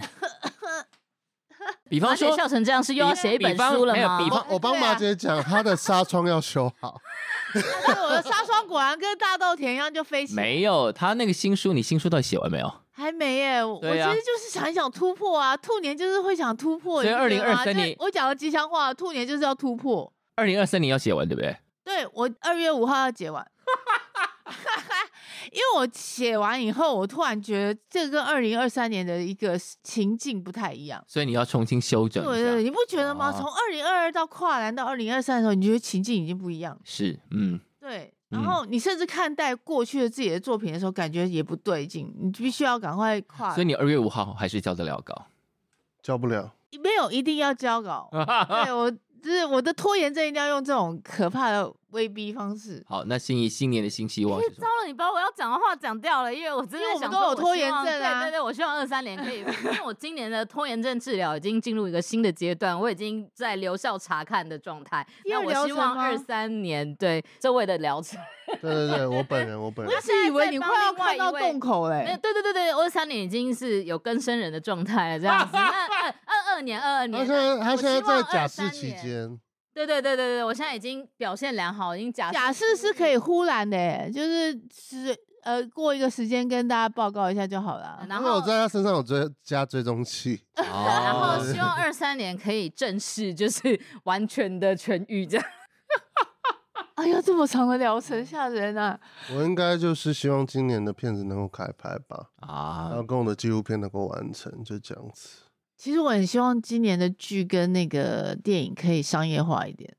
比把方你说，笑成这样是又要写一比本方书了没有吗？比方我啊帮马姐讲，她的纱窗要修好。但是我的纱窗果然跟大豆田一样就飞起来，没有他那个新书，你新书到底写完没有？还没耶、我我对其啊实就是想一想突破啊，兔年就是会想突破，所以你不觉得吗2023就是年我讲的吉祥话，兔年就是要突破。二零二三年要写完，对不对？对我二月五号要解完， 因为我写完以后，我突然觉得这跟二零二三年的一个情境不太一样。所以你要重新修整对对，一下。你不觉得吗？哦从二零二二到跨栏到二零二三的时候，你觉得情境已经不一样了。是，嗯，对，然嗯后你甚至看待过去的自己的作品的时候，感觉也不对劲，你必须要赶快跨栏。所以你二月五号还是交得了稿。。交不了，没有一定要交稿 对我，就是我的拖延症一定要用这种可怕的威逼方式。好，那新一新年的新希望是什糟么？了，你把我要讲的话讲掉了，因为我真因为的我们想都说有我拖希延望症啊对对对，我希望二三年可以， 因为我今年的拖延症治疗已经进入一个新的阶段，我已经在留校查看的状态。又那疗我希程望吗二三年对这位的疗程，对对对，我本 人我本人我是以为你快要看到洞口欸嘞、那对对对对，二三年已经是有更生人的状态了，这 样子。那二二二年二二他年现，在他我现在希望在假释23期年间，对对对对对，我现在已经表现良好，已经假假释是可以忽然的、欸就是是呃过一个时间跟大家报告一下就好了。啊然因为我后在他身上有追加追踪器，然后哦希望二三年可以正式就是完全的痊愈这样。哎呀，这么长的疗程吓人啊！我应该就是希望今年的片子能够开拍吧，然啊后，跟我的纪录片能够完成，就这样子。其实我很希望今年的剧跟那个电影可以商业化一点，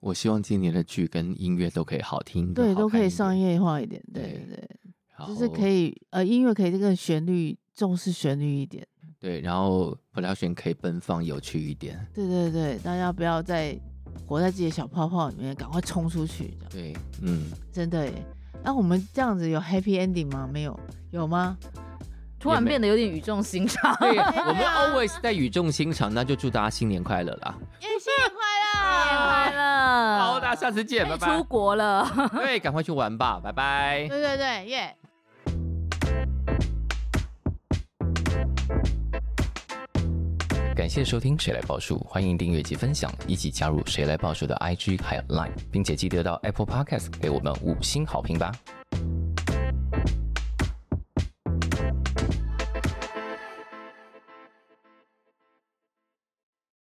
我希望今年的剧跟音乐都可以好听，对，都可以上商映，业化一点，对对对对，然就是后可以呃音乐可以更旋律重视旋律一点。对，然后 production 可以奔放有趣一点。对对对，大家不要再活在自己的小泡泡里面，赶快冲出去，这样对， 嗯，真的耶。那、我们这样子有 happy ending 吗？没有，有吗？突然变得有点语重心长。哎 对，我们 always 在语重心长，那就祝大家新年快乐啦！新年快嗯乐！好，大家下次见，哎可拜以出拜。国了。对，赶快去玩吧，拜拜。对对对，耶、感谢收听《谁来报数》，欢迎订阅及分享，一起加入《谁来报数》的 IG 还有 Line，并且记得到 Apple Podcast 给我们五星好评吧。